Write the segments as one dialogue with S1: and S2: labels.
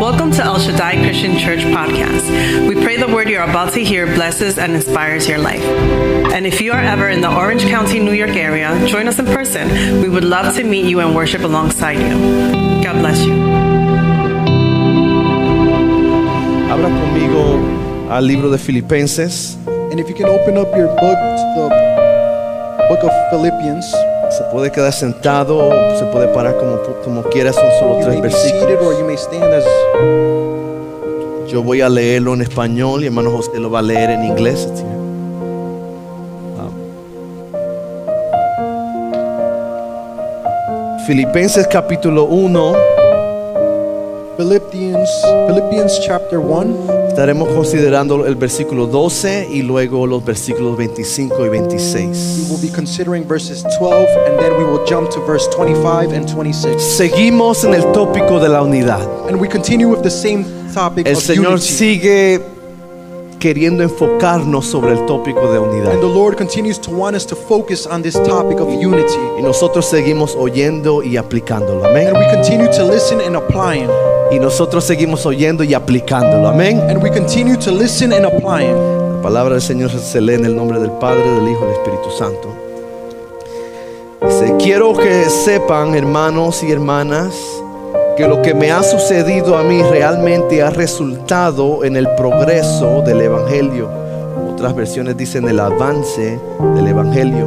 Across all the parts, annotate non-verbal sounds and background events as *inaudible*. S1: Welcome to El Shaddai Christian Church podcast. We pray the word you're about to hear blesses and inspires your life. And if you are ever in the Orange County, New York area, join us in person. We would love to meet you and worship alongside you. God bless you.
S2: Abra conmigo al libro de Filipenses.
S3: And if you can open up your book to the book of Philippians,
S2: Se puede quedar sentado, o se puede parar como, como quiera, son solo
S3: you
S2: tres
S3: may be seated or you
S2: versículos.
S3: may stand as
S2: Yo voy a leerlo en español y hermano José lo va a leer en inglés. así que, ah. Filipenses capítulo 1,
S3: Philippians, Philippians chapter 1.
S2: estaremos considerando el versículo 12 y luego los versículos 25 y
S3: We
S2: 26.
S3: will be considering verses 12 and then we will jump to verse 25 and 26.
S2: Seguimos en el tópico de la unidad.
S3: And we continue with the same topic
S2: El
S3: of
S2: Señor
S3: unity.
S2: sigue queriendo enfocarnos sobre el tópico de unidad.
S3: And the Lord continues to want us to focus on this topic of unity.
S2: Y nosotros seguimos oyendo y aplicándolo. Amén.
S3: And we continue to listen and applying.
S2: Y nosotros seguimos oyendo y aplicándolo. Amén.
S3: And we continue to listen and applying.
S2: La palabra del Señor se lee en el nombre del Padre, del Hijo y del Espíritu Santo. Dice, quiero que sepan, hermanos y hermanas, que lo que me ha sucedido a mí realmente ha resultado en el progreso del Evangelio. Otras versiones dicen el avance del Evangelio.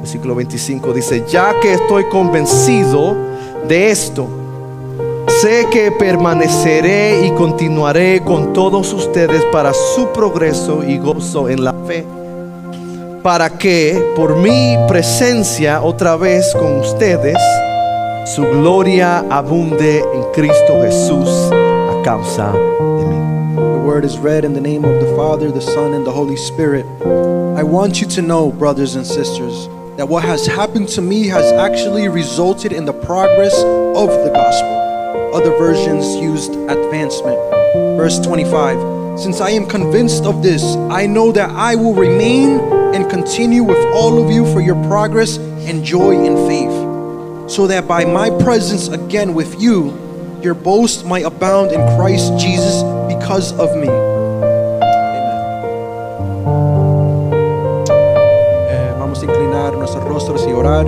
S2: Versículo 25 dice, ya que estoy convencido de esto, sé que permaneceré y continuaré con todos ustedes para su progreso y gozo en la fe para que por mi presencia otra vez con ustedes, su gloria abunde en Cristo Jesús a causa de mí.
S3: The word is read in the name of the Father, the Son, and the Holy Spirit. I want you to know, brothers and sisters, that what has happened to me has actually resulted in the progress of the gospel. Other versions used advancement. Verse 25 Since I am convinced of this, I know that I will remain and continue with all of you for your progress and joy in faith, so that by my presence again with you, your boast might abound in Christ Jesus because of me. Eh, Vamos a inclinar nuestros rostros y orar.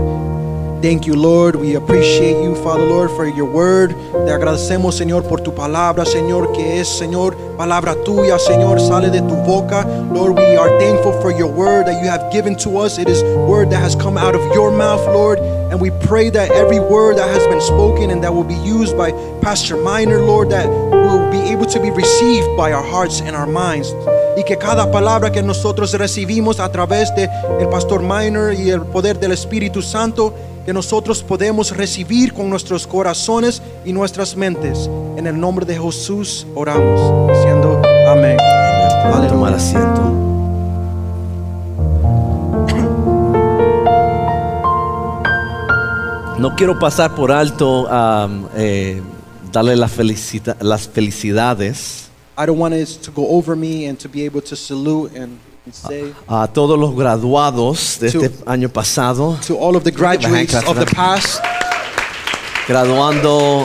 S3: Thank you, Lord. We appreciate you, Father Lord, for your word. Te agradecemos, Señor, por tu palabra, Señor, que es, Señor, palabra tuya, Señor, sale de tu boca. Lord, we are thankful for your word that you have given to us. It is word that has come out of your mouth, Lord. And we pray that every word that has been spoken and that will be used by Pastor Minor, Lord, that will be able to be received by our hearts and our minds. y que cada palabra que nosotros recibimos a través de el pastor Minor y el poder del Espíritu Santo que nosotros podemos recibir con nuestros corazones y nuestras mentes. En el nombre de Jesús oramos, diciendo amén.
S2: Pueden tomar asiento. No quiero pasar por alto a darle las felicita- las felicidades
S3: I don't want it to go over me and to be able to salute and say
S2: a todos los graduados de este año pasado.
S3: to all of the graduates of the past
S2: graduando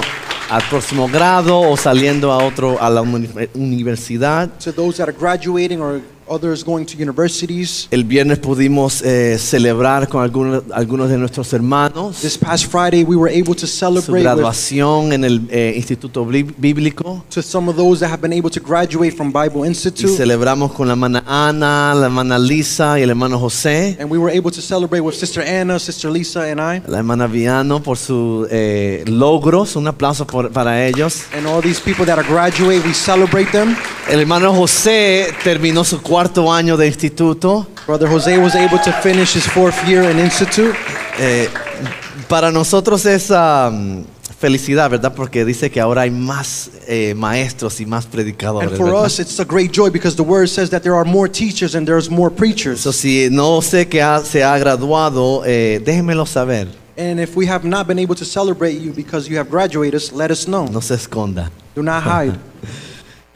S2: al próximo grado o saliendo a otro a la uni- universidad.
S3: to those that are graduating or others going to universities.
S2: El viernes pudimos eh, celebrar con algunos, algunos de nuestros hermanos
S3: This past Friday we were able
S2: su
S3: to celebrate with
S2: graduación en el eh, Instituto Bí- Bíblico
S3: to some of those that have been able to graduate from Bible
S2: y
S3: Institute.
S2: celebramos con la hermana Ana, la hermana Lisa y el hermano José,
S3: And we were able to celebrate with Sister Anna, Sister Lisa, and I,
S2: la hermana Viano por sus eh, logros. Un aplauso por- para ellos.
S3: and all these people that are graduate. We celebrate them.
S2: El hermano José terminó su cuarto año de instituto.
S3: Brother Jose was able to finish his fourth year in institute.
S2: Eh, para nosotros es um, felicidad, ¿verdad? Porque dice que ahora hay más eh, maestros y más predicadores.
S3: And for
S2: ¿verdad?
S3: us, it's a great joy because the word says that there are more teachers and there's more
S2: So,
S3: preachers.
S2: si no sé que ha- se ha graduado, eh, déjenmelo saber.
S3: And if we have not been able to celebrate you because you have graduated us, let us know.
S2: No se esconda.
S3: Do not hide.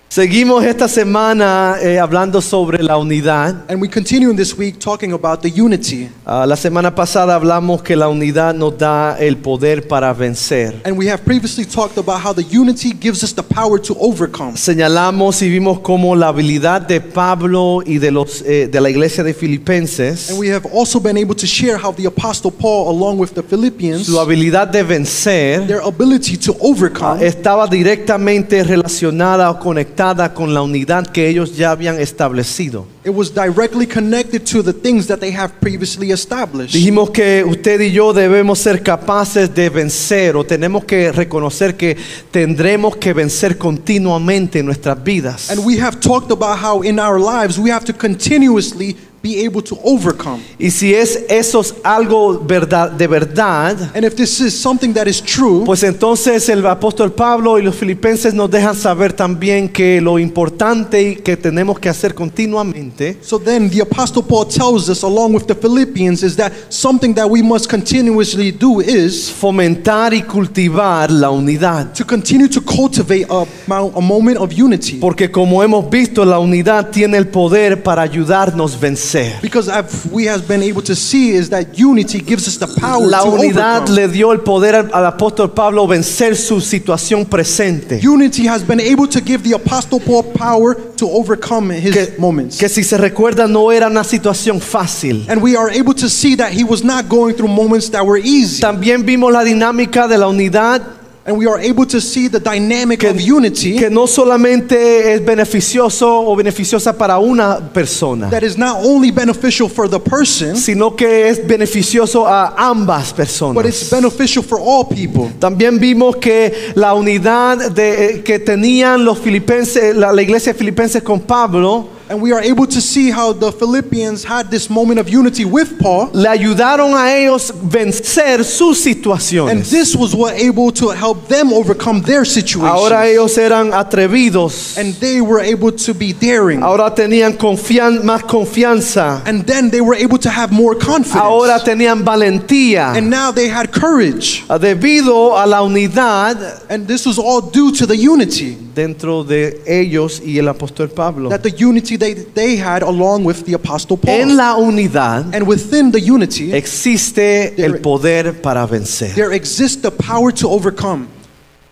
S2: Seguimos esta semana eh, hablando sobre la unidad.
S3: And we continue in this week talking about the unity.
S2: Ah, la semana pasada hablamos que la unidad nos da el poder para vencer.
S3: And we have previously talked about how the unity gives us the power to overcome.
S2: Señalamos y vimos cómo la habilidad de Pablo y de, los, eh, de la iglesia de Filipenses,
S3: And we have also been able to share how the Apostle Paul, along with the Philippians,
S2: su habilidad de vencer
S3: their ability to overcome
S2: estaba directamente relacionada o conectada con la unidad que ellos ya habían establecido.
S3: it was directly connected to the things that they have previously established.
S2: Dijimos que usted y yo debemos ser capaces de vencer o tenemos que reconocer que tendremos que vencer continuamente en nuestras vidas.
S3: And we have talked about how in our lives we have to continuously be able to overcome.
S2: Y si es eso es algo verdad, de verdad,
S3: And if this is something that is true,
S2: Pues entonces el apóstol Pablo y los filipenses nos dejan saber también que lo importante y que tenemos que hacer continuamente
S3: so then the Apostle Paul tells us, along with the Philippians, is that something that we must continuously do
S2: es
S3: is
S2: fomentar y cultivar la unidad.
S3: to continue to cultivate a, mo- a moment of unity.
S2: Porque como hemos visto, la unidad tiene el poder para ayudarnos a vencer.
S3: Because I've, we have been able to see is that unity gives us the power
S2: La
S3: to
S2: unidad
S3: overcome.
S2: le dio el poder al, al apóstol Pablo vencer su situación presente.
S3: Unity has been able to give the Apostle Paul power to overcome his
S2: Que,
S3: moments.
S2: que si se recuerda no era una situación fácil.
S3: And we are able to see that he was not going through moments that were easy.
S2: También vimos la dinámica de la unidad
S3: And we are able to see the dynamic
S2: Que-
S3: of unity
S2: que no solamente es beneficioso o beneficiosa para una persona,
S3: that is not only beneficial for the person,
S2: sino que es beneficioso a ambas
S3: but
S2: personas.
S3: it's beneficial for all people.
S2: También vimos que la unidad de- eh, que tenían los filipenses, la, la iglesia de filipenses con Pablo,
S3: And we are able to see how the Philippians had this moment of unity with Paul,
S2: le ayudaron a ellos vencer sus
S3: and
S2: situaciones.
S3: this was what able to help them overcome their
S2: Ahora
S3: situation.
S2: ellos eran atrevidos,
S3: And they were able to be daring.
S2: ahora tenían confian- más confianza,
S3: And then they were able to have more confidence.
S2: ahora tenían valentía.
S3: And now they had courage.
S2: Debido a la unidad
S3: And this was all due to the unity.
S2: dentro de ellos y el apóstol Pablo.
S3: that the unity they, they had along with the apostle Paul.
S2: En la unidad
S3: and within the unity,
S2: existe el poder para vencer.
S3: there exists the power to overcome.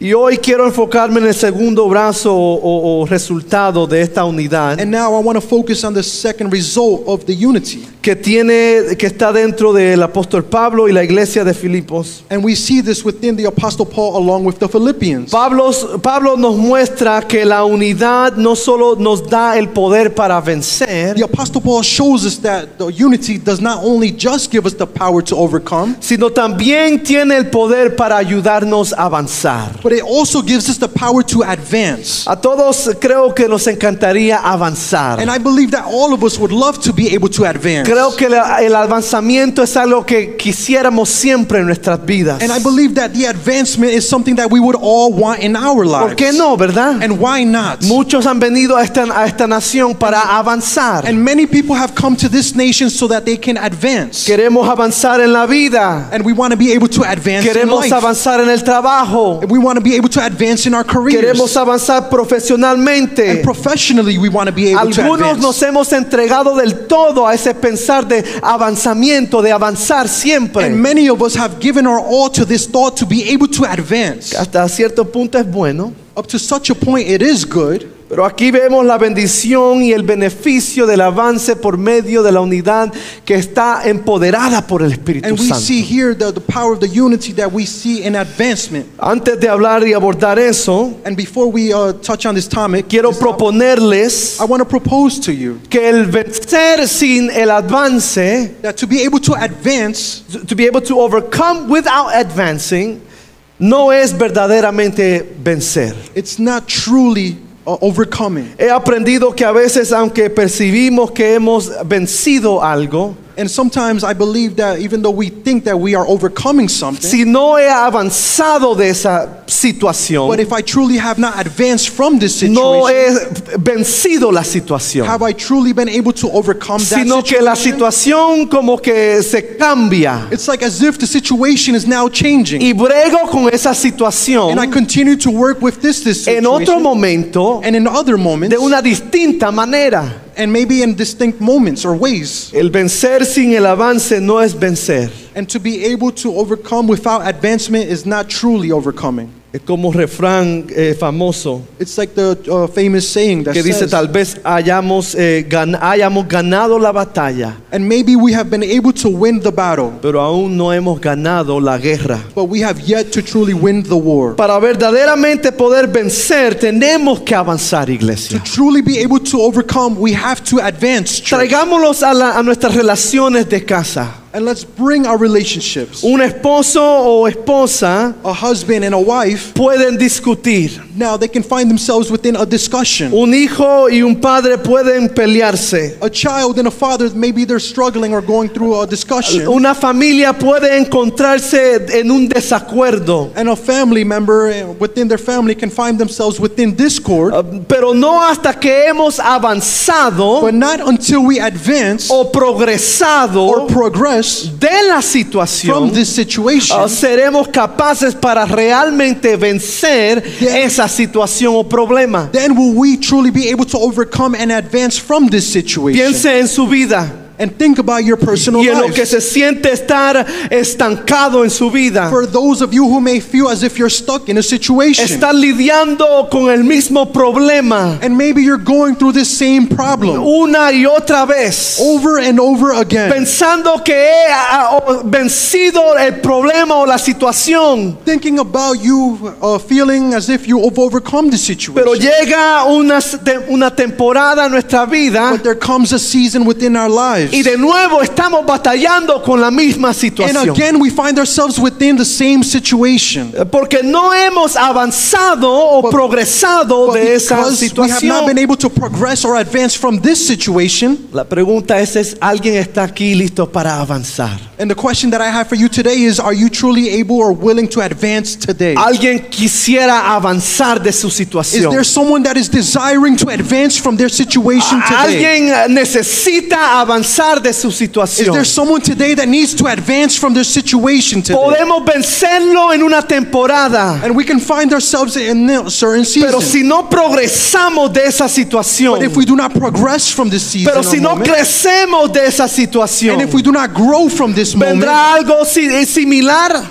S2: Y hoy quiero enfocarme en el segundo brazo o, o- o resultado de esta unidad
S3: And now I want to focus on the second result of the unity.
S2: que tiene que está dentro del apóstol Pablo y la iglesia de Filipos.
S3: And we see this within the apostle Paul along with the Philippians.
S2: Pablo, Pablo nos muestra que la unidad no solo nos da el poder para vencer,
S3: The apostle Paul shows us that the unity does not only just give us the power to overcome,
S2: sino también tiene el poder para ayudarnos a avanzar.
S3: but it also gives us the power to advance.
S2: A todos creo que nos encantaría avanzar.
S3: And I believe that all of us would love to be able to advance.
S2: Creo que la- el avanzamiento es algo que quisiéramos siempre en nuestras vidas.
S3: And I believe that the advancement is something that we would all want in our lives.
S2: ¿Por qué no, verdad?
S3: And why not?
S2: Muchos han venido a esta, a esta nación para avanzar.
S3: And many people have come to this nation so that they can advance.
S2: Queremos avanzar en la vida.
S3: And we want to be able to advance in
S2: Queremos
S3: life.
S2: avanzar en el trabajo.
S3: And we want to be able to advance in our
S2: Queremos
S3: careers.
S2: avanzar profesionalmente.
S3: And professionally, we want to be able to
S2: Algunos
S3: advance.
S2: nos hemos entregado del todo a ese pensar de avanzamiento, de avanzar siempre.
S3: And many of us have given our all to this thought to be able to advance.
S2: Hasta cierto punto es bueno.
S3: Up to such a point, it is good.
S2: Pero aquí vemos la bendición y el beneficio del avance por medio de la unidad que está empoderada por el Espíritu
S3: And we
S2: Santo.
S3: see here the, the power of the unity that we see in advancement.
S2: Antes de hablar y abordar eso,
S3: And before we uh, touch on this topic,
S2: quiero
S3: this topic,
S2: proponerles
S3: I want to propose to you
S2: que el vencer sin el avance,
S3: that to be able to advance,
S2: to be able to overcome without advancing, no es verdaderamente vencer.
S3: it's not truly uh, overcoming.
S2: He aprendido que a veces, aunque percibimos que hemos vencido algo,
S3: And sometimes I believe that even though we think that we are overcoming something,
S2: si no he avanzado de esa situación, eh.
S3: but if I truly have not advanced from this situation,
S2: no he vencido la situación,
S3: Have I truly been able to overcome that
S2: sino que la
S3: situation?
S2: situación como que se cambia
S3: It's like as if the situation is now changing.
S2: y brego con esa
S3: and I
S2: situación
S3: continue to work with this this
S2: en
S3: situation.
S2: otro momento
S3: and in other moments
S2: de una distinta manera.
S3: and maybe in distinct moments or ways
S2: El vencer sin el avance no es vencer.
S3: and to be able to overcome without advancement is not truly overcoming
S2: Es como refrán eh, famoso
S3: it's like the uh, famous saying that
S2: que dice
S3: says,
S2: tal vez hayamos, eh, gan- hayamos ganado la batalla,
S3: and maybe we have been able to win the battle
S2: pero aún no hemos ganado la guerra.
S3: but we have yet to truly win the war
S2: Para verdaderamente poder vencer tenemos que avanzar,
S3: to
S2: iglesia.
S3: truly be able to overcome we have to advance church.
S2: Traigámoslos a, la- a nuestras relaciones de casa.
S3: and let's bring our relationships
S2: Un esposo o esposa
S3: a husband and a wife
S2: pueden discutir.
S3: now they can find themselves within a discussion
S2: Un hijo y un padre pueden pelearse.
S3: a child and a father maybe they're struggling or going through a discussion
S2: Una familia puede encontrarse en un desacuerdo.
S3: and a family member uh, within their family can find themselves within discord,
S2: Ah, Pero no hasta que hemos avanzado
S3: but not until we advance
S2: o progresado
S3: or progress
S2: de la
S3: from
S2: situación,
S3: this situation.
S2: ah, seremos capaces para realmente vencer
S3: Yeah.
S2: esa situación o problema.
S3: Then will we truly be able to overcome and advance from this situation?
S2: Piense en su vida
S3: And think about your personal
S2: y en lo
S3: life.
S2: que se siente estar estancado en su vida.
S3: For those of you who may feel as if you're stuck in a situation,
S2: Estar lidiando con el mismo problema
S3: and maybe you're going through this same problem
S2: una y otra vez.
S3: over and over again,
S2: pensando que he ah, oh, vencido el problema o la situación,
S3: thinking about you uh, feeling as if you've overcome the
S2: pero
S3: situation.
S2: llega una, s- te- una temporada en nuestra vida
S3: But there comes a season within our lives.
S2: y de nuevo estamos batallando con la misma
S3: And
S2: situación.
S3: again, we find ourselves within the same situation.
S2: Porque no hemos avanzado o
S3: But-
S2: progresado
S3: But
S2: de esa
S3: because we have not been
S2: situación.
S3: able to progress or advance from this situation,
S2: La pregunta es, es, ¿alguien está aquí listo para avanzar?
S3: and the question that I have for you today is Are you truly able or willing to advance today?
S2: ¿Alguien quisiera avanzar de su
S3: Is
S2: situación?
S3: there someone that is desiring to advance from their situation
S2: ¿Alguien
S3: today?
S2: eh, necesita avanzar de su
S3: Is
S2: situación?
S3: there someone today that needs to advance from their situation today?
S2: Podemos vencerlo en una temporada,
S3: And we can find ourselves in a certain
S2: pero
S3: season.
S2: si no progresamos de esa situación,
S3: But if we do not progress from this season,
S2: pero
S3: or
S2: si no
S3: moment,
S2: crecemos de esa situación,
S3: and if we do not grow from this moment,
S2: vendrá algo si- eh, similar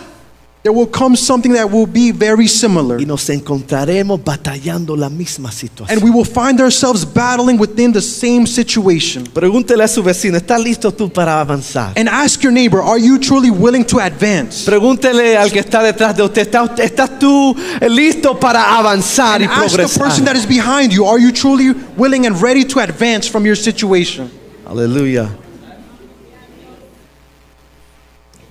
S3: there will come something that will be very similar.
S2: y nos encontraremos batallando la misma
S3: And
S2: situación.
S3: we will find ourselves battling within the same situation.
S2: Pregúntele a su vecino, ¿estás listo tú para avanzar?
S3: And ask your neighbor, are you truly willing to advance?
S2: Pregúntele al que está detrás de usted, ¿está- ¿estás tú eh, listo para avanzar
S3: And
S2: y
S3: ask the person that
S2: progresar?
S3: is behind you, are you truly willing and ready to advance from your situation?
S2: Aleluya.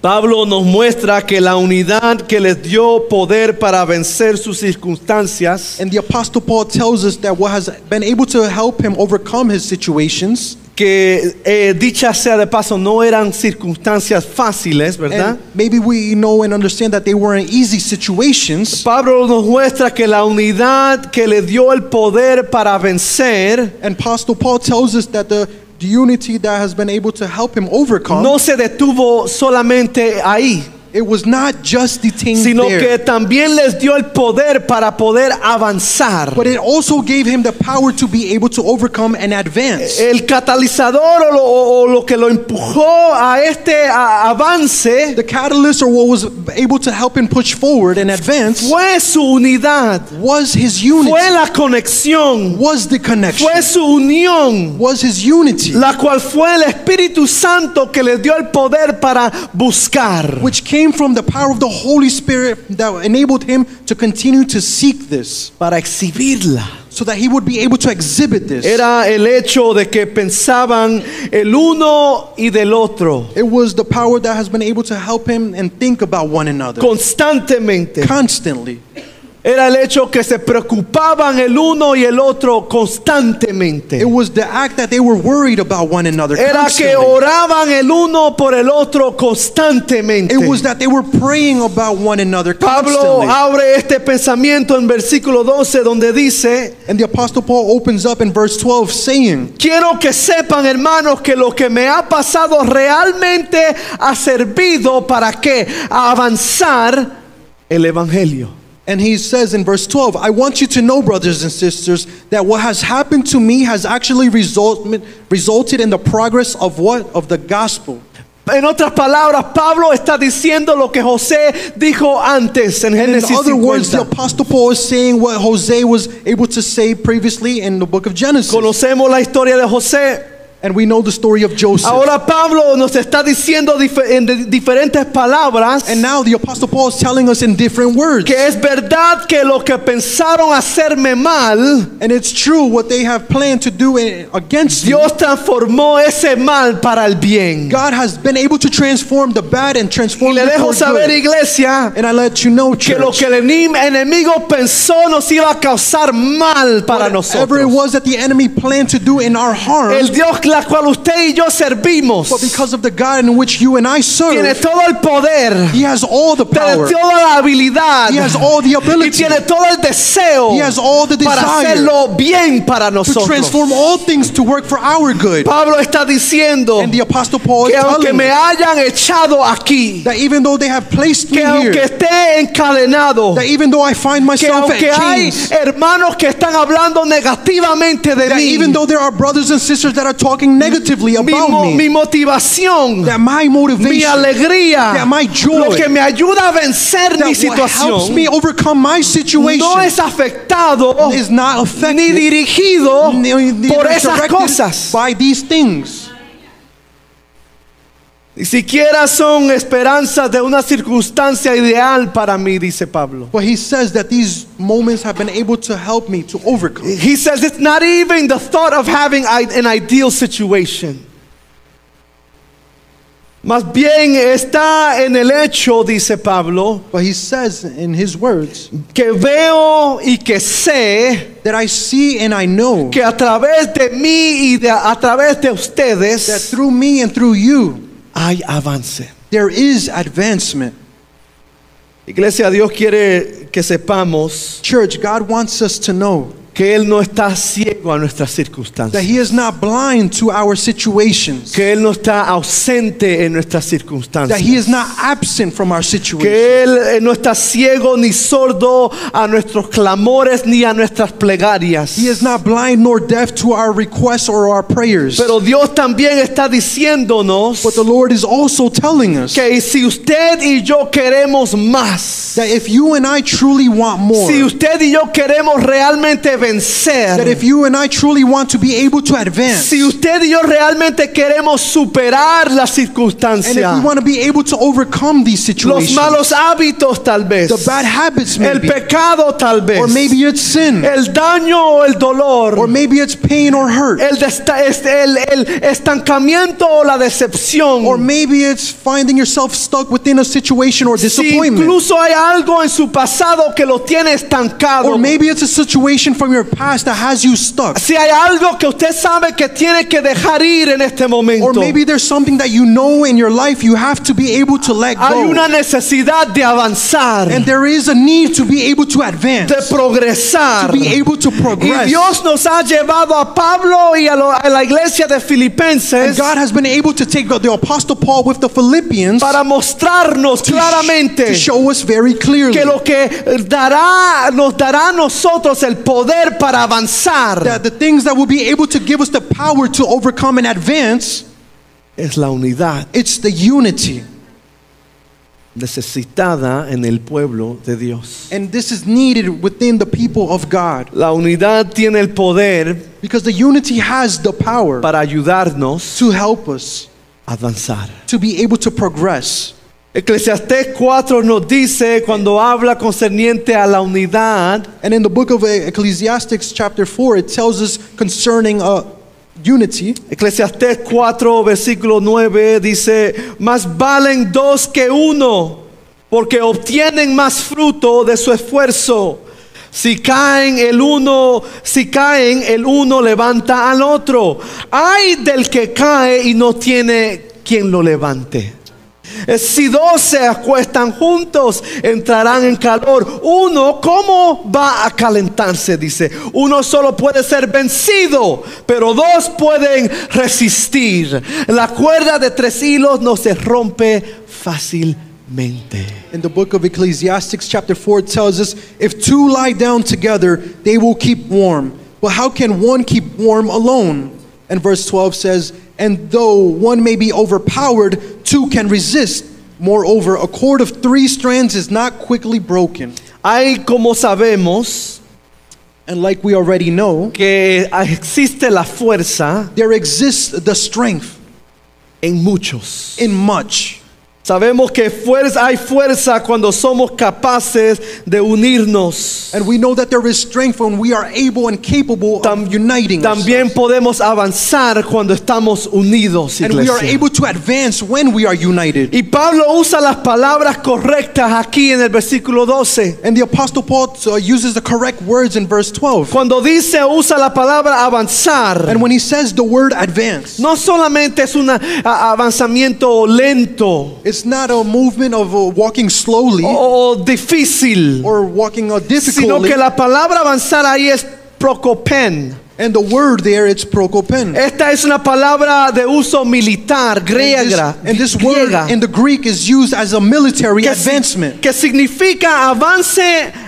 S2: Pablo nos muestra que la unidad que les dio poder para vencer sus circunstancias,
S3: And the Apostle Paul tells us that what has been able to help him overcome his situations,
S2: que eh, dicha sea de paso, no eran circunstancias fáciles, ¿verdad?
S3: and maybe we know and understand that they weren't easy situations.
S2: Pablo nos muestra que la unidad que le dio el poder para vencer
S3: And Apostle Paul tells us that the, the unity that has been able to help him overcome,
S2: no se detuvo solamente ahí,
S3: it was not just detained
S2: sino
S3: there.
S2: que también les dio el poder para poder avanzar.
S3: But it also gave him the power to be able to overcome and advance.
S2: el catalizador o lo, o- o lo que lo empujó a este a- avance
S3: The catalyst or what was able to help him push forward and advance
S2: fue su unidad,
S3: was his
S2: fue
S3: unity,
S2: la conexión,
S3: was the connection,
S2: fue su unión,
S3: was his unity,
S2: la cual fue el Espíritu Santo que le dio el poder para buscar.
S3: which came from the power of the Holy Spirit that enabled him to continue to seek this
S2: Para exhibirla.
S3: so that he would be able to exhibit this.
S2: Era el hecho de que pensaban el uno y del otro
S3: It was the power that has been able to help him and think about one another
S2: constantemente.
S3: constantly.
S2: era el hecho que se preocupaban el uno y el otro
S3: It
S2: constantemente.
S3: was the act that they were worried about one another.
S2: Era que
S3: constantly.
S2: oraban el uno por el otro constantemente.
S3: It was that they were praying about one another
S2: Pablo
S3: constantly.
S2: abre este pensamiento en versículo 12 donde dice,
S3: and the apostle Paul opens up in verse 12 saying,
S2: quiero que sepan hermanos que lo que me ha pasado realmente ha servido para qué? A avanzar el Evangelio.
S3: and he says in verse 12, I want you to know, brothers and sisters, that what has happened to me has actually result, resulted in the progress of what? Of the gospel.
S2: En otras palabras, Pablo está diciendo lo que José dijo antes en
S3: In
S2: Génesis
S3: other words, the
S2: 50.
S3: apostle Paul is saying what Jose was able to say previously in the book of Genesis.
S2: Conocemos la historia de José.
S3: And we know the story of Joseph.
S2: Ahora Pablo nos está diciendo dife- en de- diferentes palabras
S3: and now the apostle Paul is telling us in different words.
S2: que es verdad que lo que pensaron hacerme mal,
S3: And it's true what they have planned to do in, against you.
S2: Dios transformó ese mal para el bien.
S3: God has been able to transform the bad
S2: Y
S3: and transform
S2: le
S3: it
S2: dejo
S3: toward
S2: saber,
S3: good.
S2: iglesia,
S3: And I let you know,
S2: que lo
S3: church,
S2: que el enim- enemigo pensó nos iba a causar mal para
S3: whatever it
S2: nosotros.
S3: was that the enemy planned to do in our harm,
S2: El Dios la cual usted y yo servimos
S3: but because of the God in which you and I
S2: tiene
S3: serve,
S2: todo el poder,
S3: He has all the
S2: tiene
S3: power.
S2: toda la habilidad
S3: He has all
S2: y
S3: the ability
S2: tiene todo el deseo
S3: He has all the
S2: para
S3: desire
S2: hacerlo bien para
S3: to
S2: nosotros.
S3: transform all things to work for our good.
S2: Pablo está diciendo
S3: And the apostle Paul is
S2: que aunque
S3: telling
S2: me
S3: us
S2: hayan echado aquí,
S3: that even though they have placed me
S2: que aunque
S3: here,
S2: esté encadenado,
S3: that even though I find
S2: que
S3: myself at
S2: aunque hay
S3: chains,
S2: hermanos que están hablando negativamente de
S3: that
S2: mí,
S3: even though there are brothers and sisters that are talking negatively
S2: mi,
S3: about
S2: mo- mi
S3: me,
S2: motivación,
S3: that my
S2: mi
S3: motivation,
S2: alegría,
S3: that my joy,
S2: lo que me ayuda a vencer mi
S3: that what helps
S2: situación,
S3: me overcome my
S2: no
S3: situation
S2: es afectado
S3: is not
S2: ni
S3: affected
S2: dirigido
S3: ni- ni
S2: Oh, por esas
S3: directed
S2: cosas.
S3: by these things.
S2: Ni siquiera son esperanzas de una circunstancia ideal para mí, dice Pablo.
S3: But he says that these moments have been able to help me to overcome.
S2: He says it's not even the thought of having i- an ideal situation. Más bien está en el hecho, dice Pablo,
S3: But he says in his words
S2: que veo y que sé
S3: that I see and I know
S2: que a través de mí y de- a través de
S3: that
S2: ustedes
S3: through me and through you
S2: hay avance.
S3: there is advancement.
S2: Iglesia, Dios quiere que sepamos
S3: Church, God wants us to know
S2: que Él no está ciego a nuestras
S3: that
S2: circunstancias.
S3: he is not blind to our situations.
S2: que Él no está ausente en nuestras
S3: that he
S2: circunstancias.
S3: is not absent from our situation.
S2: Que Él eh, no está ciego ni sordo a nuestros clamores ni a nuestras plegarias.
S3: He is not blind nor deaf to our requests or our prayers.
S2: Pero Dios también está diciéndonos
S3: but the Lord is also telling us
S2: que si usted y yo queremos más,
S3: that if you and I truly want more,
S2: si usted y yo queremos realmente vencer,
S3: that if you and I truly want to be able to advance,
S2: si usted y yo realmente queremos superar las
S3: and if
S2: circunstancias,
S3: we want to be able to overcome these
S2: los
S3: situations,
S2: malos hábitos tal vez,
S3: the bad habits
S2: el
S3: maybe,
S2: pecado tal
S3: or
S2: vez,
S3: maybe it's sin,
S2: el daño o el dolor,
S3: or maybe it's pain or hurt,
S2: el, desta- este- el- el estancamiento o la decepción.
S3: or maybe it's finding yourself stuck within a situation or
S2: si
S3: disappointment,
S2: incluso hay algo en su pasado que lo tiene estancado.
S3: or maybe it's a situation from your past that has you stuck.
S2: si hay algo que usted sabe que tiene que dejar ir en este
S3: Or
S2: momento.
S3: maybe there's something that you know in your life you have to be able to let
S2: hay
S3: go.
S2: una necesidad de avanzar,
S3: And there is a need to be able to advance,
S2: de progresar.
S3: to be able to
S2: y
S3: progress.
S2: Dios nos ha llevado a Pablo y a, lo- a la iglesia de
S3: And
S2: Filipenses
S3: God has been able to take the Apostle Paul with the Philippians
S2: para mostrarnos
S3: to, sh-
S2: claramente
S3: to show us very clearly
S2: que lo que dará nos dará a nosotros el poder para avanzar
S3: that the things that will be able to give us the power to overcome and advance,
S2: es la unidad
S3: it's the unity.
S2: necesitada en el pueblo de Dios.
S3: And this is needed within the people of God
S2: La unidad tiene el poder
S3: because the unity has the power
S2: para ayudarnos
S3: to help us
S2: a avanzar.
S3: to be able to progress.
S2: Eclesiastés 4 nos dice cuando habla concerniente a la unidad
S3: And in the book of Ecclesiastics, chapter 4, it tells us concerning uh, unity.
S2: Eclesiastés 4, versículo 9 dice, más valen dos que uno, porque obtienen más fruto de su esfuerzo. Si caen el uno, si caen el uno levanta al otro. Ay del que cae y no tiene quien lo levante. Eh, Si dos se acuestan juntos, entrarán en calor. Uno, ¿cómo va a calentarse? Dice, uno solo puede ser vencido, pero dos pueden resistir. La cuerda de tres hilos no se rompe fácilmente.
S3: In the book of Ecclesiastics, chapter 4 tells us if two lie down together, they will keep warm. But how can one keep warm alone? And verse 12 says, And though one may be overpowered, two can resist. Moreover, a cord of three strands is not quickly broken.
S2: Hay como sabemos
S3: And like we already know,
S2: que existe la fuerza
S3: there exists the strength
S2: en muchos.
S3: in much.
S2: Sabemos que fuerza, hay fuerza cuando somos capaces de unirnos.
S3: And we know that there is strength when we are able and capable
S2: Tam-
S3: of uniting.
S2: También podemos avanzar cuando estamos unidos.
S3: and we are
S2: iglesia.
S3: able to advance when we are united.
S2: Y Pablo usa las palabras correctas aquí en el versículo 12.
S3: And the Apostle Paul uh, uses the correct words in verse 12.
S2: Cuando dice usa la palabra avanzar,
S3: And when he says the word advance,
S2: no solamente es un a- a- avanzamiento lento
S3: it's not a movement of uh, walking slowly
S2: o- o difícil.
S3: or walking uh,
S2: Oh. sino
S3: difficultly.
S2: que la palabra avanzar ahí es procopen.
S3: And the word there, it's prokopen.
S2: Esta es una palabra de uso militar
S3: And this,
S2: griega,
S3: and this word
S2: griega,
S3: in the Greek is used as a military
S2: que, si-
S3: advancement.
S2: que significa avance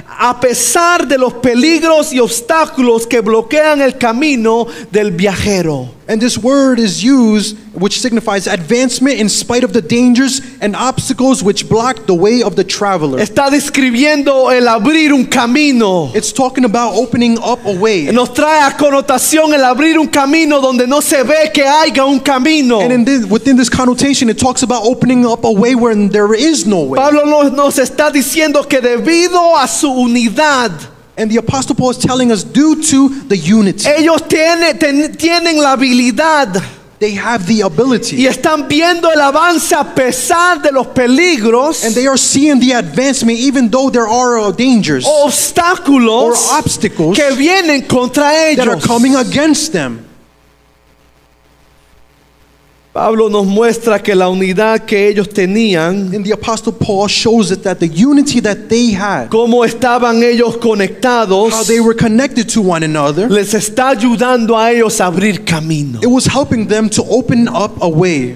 S2: a pesar de los peligros y obstáculos que bloquean el camino del viajero.
S3: And this word is used, which signifies advancement in spite of the dangers and obstacles which block the way of the traveler.
S2: Está describiendo el abrir un camino.
S3: It's talking about opening up a way.
S2: Nos trae a connotación el abrir un camino donde no se ve que haya un camino.
S3: And in this, within this connotation, it talks about opening up a way where there is no way.
S2: Pablo nos, nos está diciendo que debido a su unidad,
S3: And the Apostle Paul is telling us due to the unity,
S2: ellos tiene- ten- tienen la habilidad
S3: they have the
S2: y
S3: ability.
S2: están viendo el avance a pesar de los peligros
S3: And they are seeing the advancement even though there are uh, dangers
S2: o obstáculos
S3: Or obstacles
S2: que vienen contra
S3: that are
S2: ellos.
S3: coming against them.
S2: Pablo nos muestra que la unidad que ellos tenían,
S3: And the Apostle Paul shows it that the unity that they had,
S2: cómo estaban ellos conectados,
S3: how they were connected to one another,
S2: les está ayudando a ellos a abrir camino.
S3: it was helping them to open up a way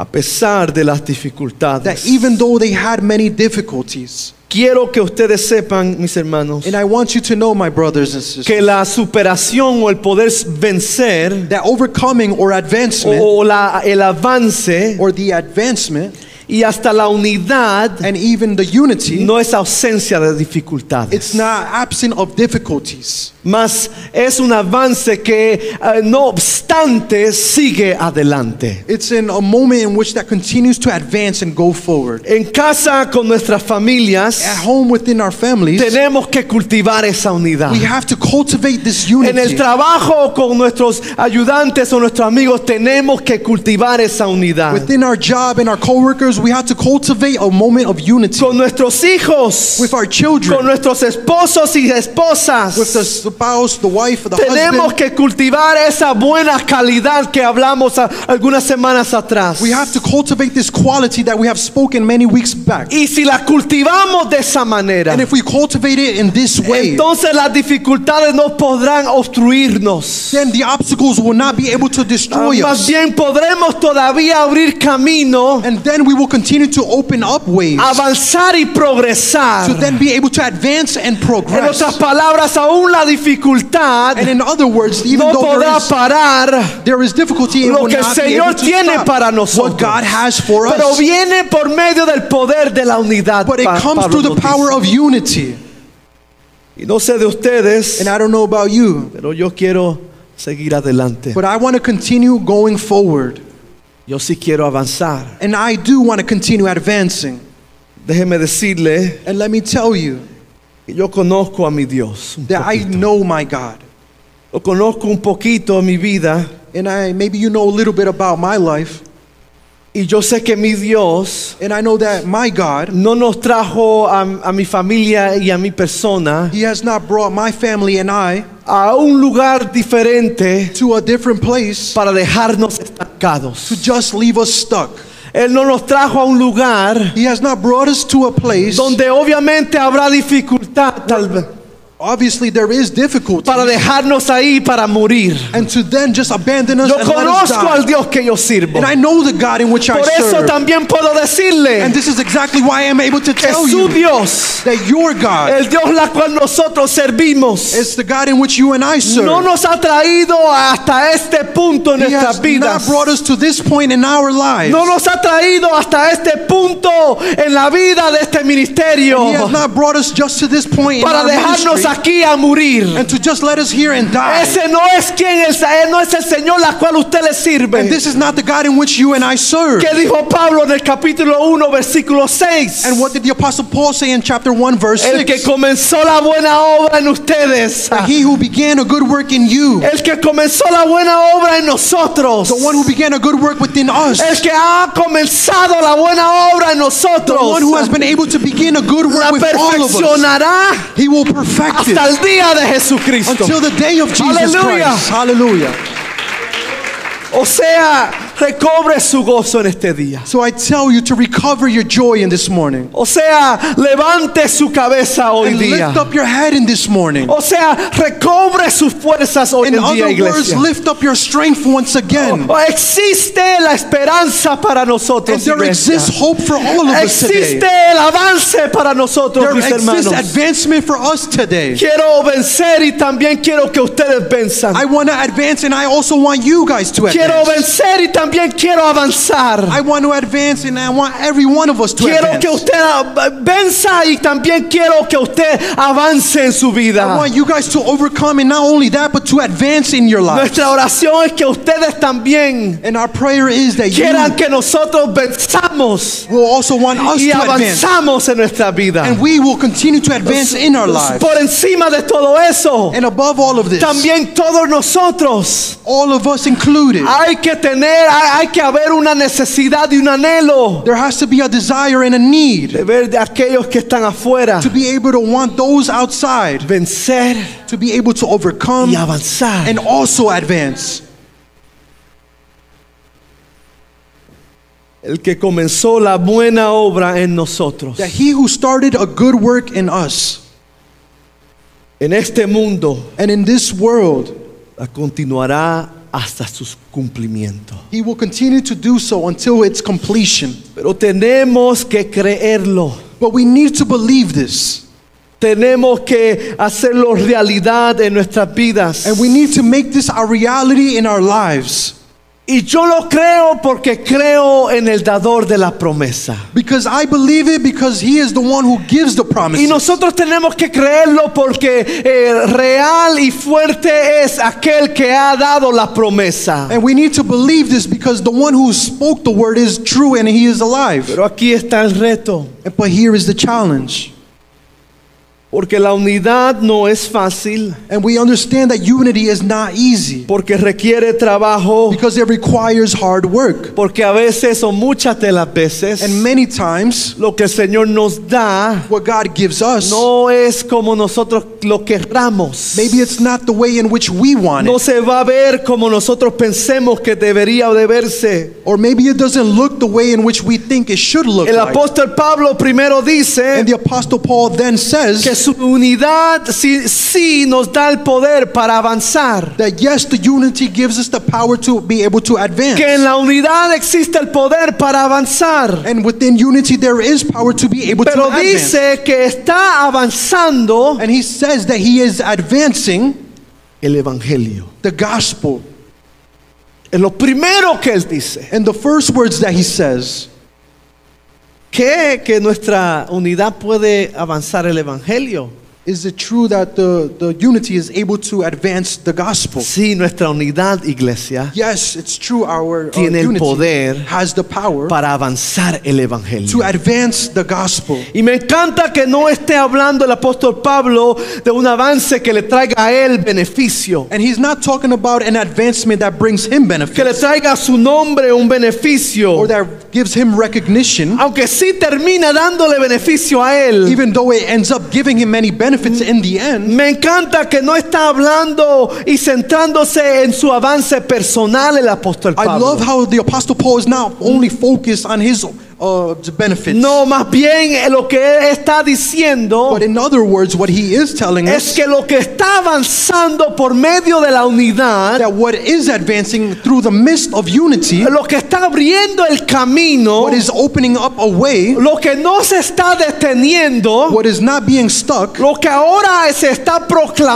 S2: A pesar de las
S3: that
S2: dificultades.
S3: even though they had many difficulties.
S2: Quiero que ustedes sepan, mis hermanos,
S3: And I want you to know, my brothers and sisters,
S2: que la superación o el poder vencer
S3: that overcoming or advancement
S2: o la, el avance
S3: or the advancement
S2: y hasta la unidad
S3: and even the unity
S2: no es ausencia de
S3: it's
S2: dificultades,
S3: not absent of difficulties
S2: mas es un avance que eh, no obstante sigue adelante.
S3: it's in a moment in which that continues to advance and go forward
S2: En casa con nuestras
S3: at
S2: familias
S3: home within our families
S2: tenemos que cultivar esa unidad.
S3: we have to cultivate this
S2: En el
S3: unity
S2: trabajo con nuestros ayudantes o nuestros amigos tenemos que cultivar esa unidad.
S3: within our job and our coworkers we have to cultivate a moment of unity
S2: Con nuestros hijos.
S3: with our
S2: con
S3: children
S2: nuestros esposos y
S3: with the
S2: esposas.
S3: spouse the wife the
S2: Tenemos
S3: husband
S2: que cultivar esa buena calidad que hablamos a- algunas semanas atrás.
S3: we have to cultivate this quality that we have spoken many weeks back
S2: Y si la cultivamos de esa manera,
S3: and if we cultivate it in this way
S2: entonces las dificultades no podrán obstruirnos.
S3: then the obstacles will not be able to destroy
S2: Más
S3: us
S2: bien podremos todavía abrir camino,
S3: and then we will continue to open up ways
S2: avanzar y progresar.
S3: to then be able to advance and
S2: En otras
S3: progress.
S2: palabras, aún la dificultad
S3: And in other words, even
S2: no
S3: though there
S2: podrá
S3: is,
S2: parar
S3: there is difficulty, it
S2: lo
S3: will
S2: que el
S3: not be able
S2: Señor
S3: to
S2: tiene
S3: stop
S2: para
S3: what
S2: nosotros.
S3: God has for
S2: Pero
S3: us.
S2: viene por medio del poder de la unidad.
S3: But it
S2: Pa-
S3: comes
S2: Pablo
S3: through the
S2: nos
S3: power of unity.
S2: dice. Y no sé de ustedes,
S3: And I don't know about you,
S2: pero yo quiero seguir adelante.
S3: but I want to continue going forward.
S2: Yo sí quiero avanzar.
S3: And I do want to continue advancing.
S2: Déjeme decirle
S3: And let me tell you
S2: que yo conozco a mi Dios. un
S3: that I
S2: poquito.
S3: know my God.
S2: Lo conozco un poquito en mi vida
S3: And I maybe you know a little bit about my life.
S2: Y yo sé que mi Dios
S3: And I know that my God,
S2: no nos trajo a, a mi familia y a mi persona
S3: He has not brought my family and I
S2: a un lugar diferente
S3: to a different place
S2: para dejarnos
S3: to
S2: estancados.
S3: just leave us stuck.
S2: Él no nos trajo a un lugar
S3: He has not brought us to a place
S2: donde obviamente habrá dificultad tal vez
S3: obviously there is difficulty
S2: para dejarnos ahí para morir.
S3: and to then just abandon us
S2: Yo
S3: and let us
S2: conozco
S3: die.
S2: al Dios que yo sirvo.
S3: And I know the God in which I
S2: Por eso
S3: serve.
S2: también puedo decirle
S3: And this is exactly why I am able to
S2: que
S3: tell
S2: su
S3: you
S2: Dios,
S3: that your God
S2: el Dios la cual nosotros servimos,
S3: is the God in which you and I serve.
S2: no nos ha traído hasta este punto en
S3: He has
S2: nuestras
S3: not
S2: vidas.
S3: brought us to this point in our lives.
S2: No nos ha traído hasta este punto en la vida de este ministerio
S3: He has not brought us just to this point in
S2: para
S3: our
S2: dejarnos
S3: ministry
S2: aquí a morir.
S3: and to just let us here and die.
S2: Ese no es quien es, él no es el Señor la cual usted le
S3: And
S2: sirve.
S3: this is not the God in which you and I serve.
S2: Que dijo Pablo en el capítulo 1 versículo 6.
S3: And what did the apostle Paul say in chapter 1 verse
S2: El que
S3: 6?
S2: comenzó la buena obra en ustedes.
S3: That he who began a good work in you,
S2: El que comenzó la buena obra en nosotros.
S3: the one who began a good work within us,
S2: El que ha comenzado la buena obra en
S3: the
S2: nosotros.
S3: one who has been able to begin a good
S2: La
S3: work with all of us.
S2: perfeccionará
S3: He will perfect
S2: hasta
S3: it
S2: el día de Jesucristo.
S3: until the day of Jesus
S2: Hallelujah.
S3: Christ. Hallelujah.
S2: O sea, recobre su gozo en este día.
S3: So I tell you to recover your joy in this morning.
S2: O sea, levante su cabeza hoy
S3: And
S2: día.
S3: lift up your head in this morning.
S2: O sea, recobre sus fuerzas hoy
S3: In
S2: en día,
S3: other words,
S2: iglesia. Oh,
S3: lift up your strength once again.
S2: O- Existe la esperanza para
S3: And
S2: nosotros,
S3: there
S2: oh, iglesia.
S3: exists hope for all of us today.
S2: Existe el avance para nosotros,
S3: There
S2: mis
S3: exists
S2: hermanos.
S3: advancement for us today.
S2: Quiero vencer y también quiero que ustedes venzan.
S3: I want to advance and I also want you guys to
S2: Quiero
S3: advance.
S2: vencer y también quiero avanzar.
S3: I want to advance and I want every one of us to
S2: Quiero que
S3: advance.
S2: usted ah, venza y también quiero que usted avance en su
S3: I
S2: vida.
S3: want you guys to overcome and not only that but to advance in your life.
S2: Nuestra oración es que ustedes también
S3: And our prayer is that
S2: quieran
S3: you
S2: que nosotros venzamos
S3: will also want us
S2: y
S3: to advance.
S2: avanzamos en nuestra vida.
S3: And we will continue to advance in our lives.
S2: Por encima de todo eso,
S3: And above all of this,
S2: también todos nosotros
S3: all of us included,
S2: Hay que tener, hay, hay que haber una necesidad y un anhelo
S3: there has to be a desire and a need
S2: de ver de aquellos que están afuera
S3: to be able to want those outside
S2: vencer
S3: to be able to overcome
S2: y avanzar.
S3: and also advance.
S2: El que comenzó la buena obra en nosotros,
S3: That he who started a good work in us
S2: en este mundo,
S3: and in this world,
S2: la continuará hasta sus cumplimientos.
S3: he will continue to do so until its completion.
S2: Pero tenemos que creerlo.
S3: But we need to believe this.
S2: Tenemos que hacerlo realidad en nuestras vidas.
S3: And we need to make this our reality in our lives.
S2: Y yo lo creo porque creo en el dador de la promesa.
S3: Because I believe it because he is the one who gives the
S2: Y
S3: promises.
S2: nosotros tenemos que creerlo porque eh, real y fuerte es aquel que ha dado la promesa.
S3: And we need to believe this because the one who spoke the word is true and he is alive.
S2: Pero aquí está el reto,
S3: But here is the challenge.
S2: porque la unidad no es fácil,
S3: And we understand that unity is not easy
S2: porque requiere trabajo,
S3: because it requires hard work.
S2: porque a veces o muchas de las veces
S3: And many times,
S2: lo que el Señor nos da
S3: what God gives us,
S2: no es como nosotros lo querramos.
S3: maybe it's not the way in which we want
S2: No
S3: it.
S2: se va a ver como nosotros pensemos que debería de verse.
S3: Or maybe it doesn't look the way in which we think it should look
S2: El
S3: like.
S2: apóstol Pablo primero dice,
S3: And the Apostle Paul then
S2: que
S3: says
S2: su unidad sí, sí nos da el poder para avanzar.
S3: that yes, the unity gives us the power to be able to
S2: Que en
S3: advance.
S2: la unidad existe el poder para avanzar.
S3: And within unity, there is power to be able to
S2: Pero
S3: advance.
S2: dice que está avanzando
S3: And he says that he is advancing
S2: el Evangelio.
S3: the gospel.
S2: Es lo primero que él dice.
S3: And the first words that he says
S2: ¿Qué? Que nuestra unidad puede avanzar el Evangelio.
S3: Is it true that the, the unity is able to advance the gospel?
S2: Sí, nuestra unidad, iglesia,
S3: Yes, it's true. Our, our
S2: Tiene el
S3: unity
S2: poder
S3: has the power
S2: para avanzar el evangelio.
S3: to advance the gospel.
S2: Y me encanta que no esté hablando el apóstol Pablo de un avance que le traiga a él beneficio,
S3: And he's not talking about an advancement that brings him
S2: que
S3: benefit
S2: le traiga a su nombre un beneficio,
S3: or that gives him recognition,
S2: aunque sí termina dándole beneficio a él.
S3: even though it ends up giving him many benefits in the end.
S2: Me encanta que no está hablando y centrándose en su avance personal el apóstol
S3: I love
S2: Pablo.
S3: how the Apostle Paul is now only focused on his uh, benefits.
S2: No, más bien eh, lo que él está diciendo
S3: But in other words, what he is telling
S2: es
S3: us
S2: que lo que está avanzando por medio de la unidad,
S3: that what is advancing through the midst of unity,
S2: lo que está abriendo el camino,
S3: what is opening up a way,
S2: lo que no se está deteniendo,
S3: what is not being stuck,
S2: lo que ahora se está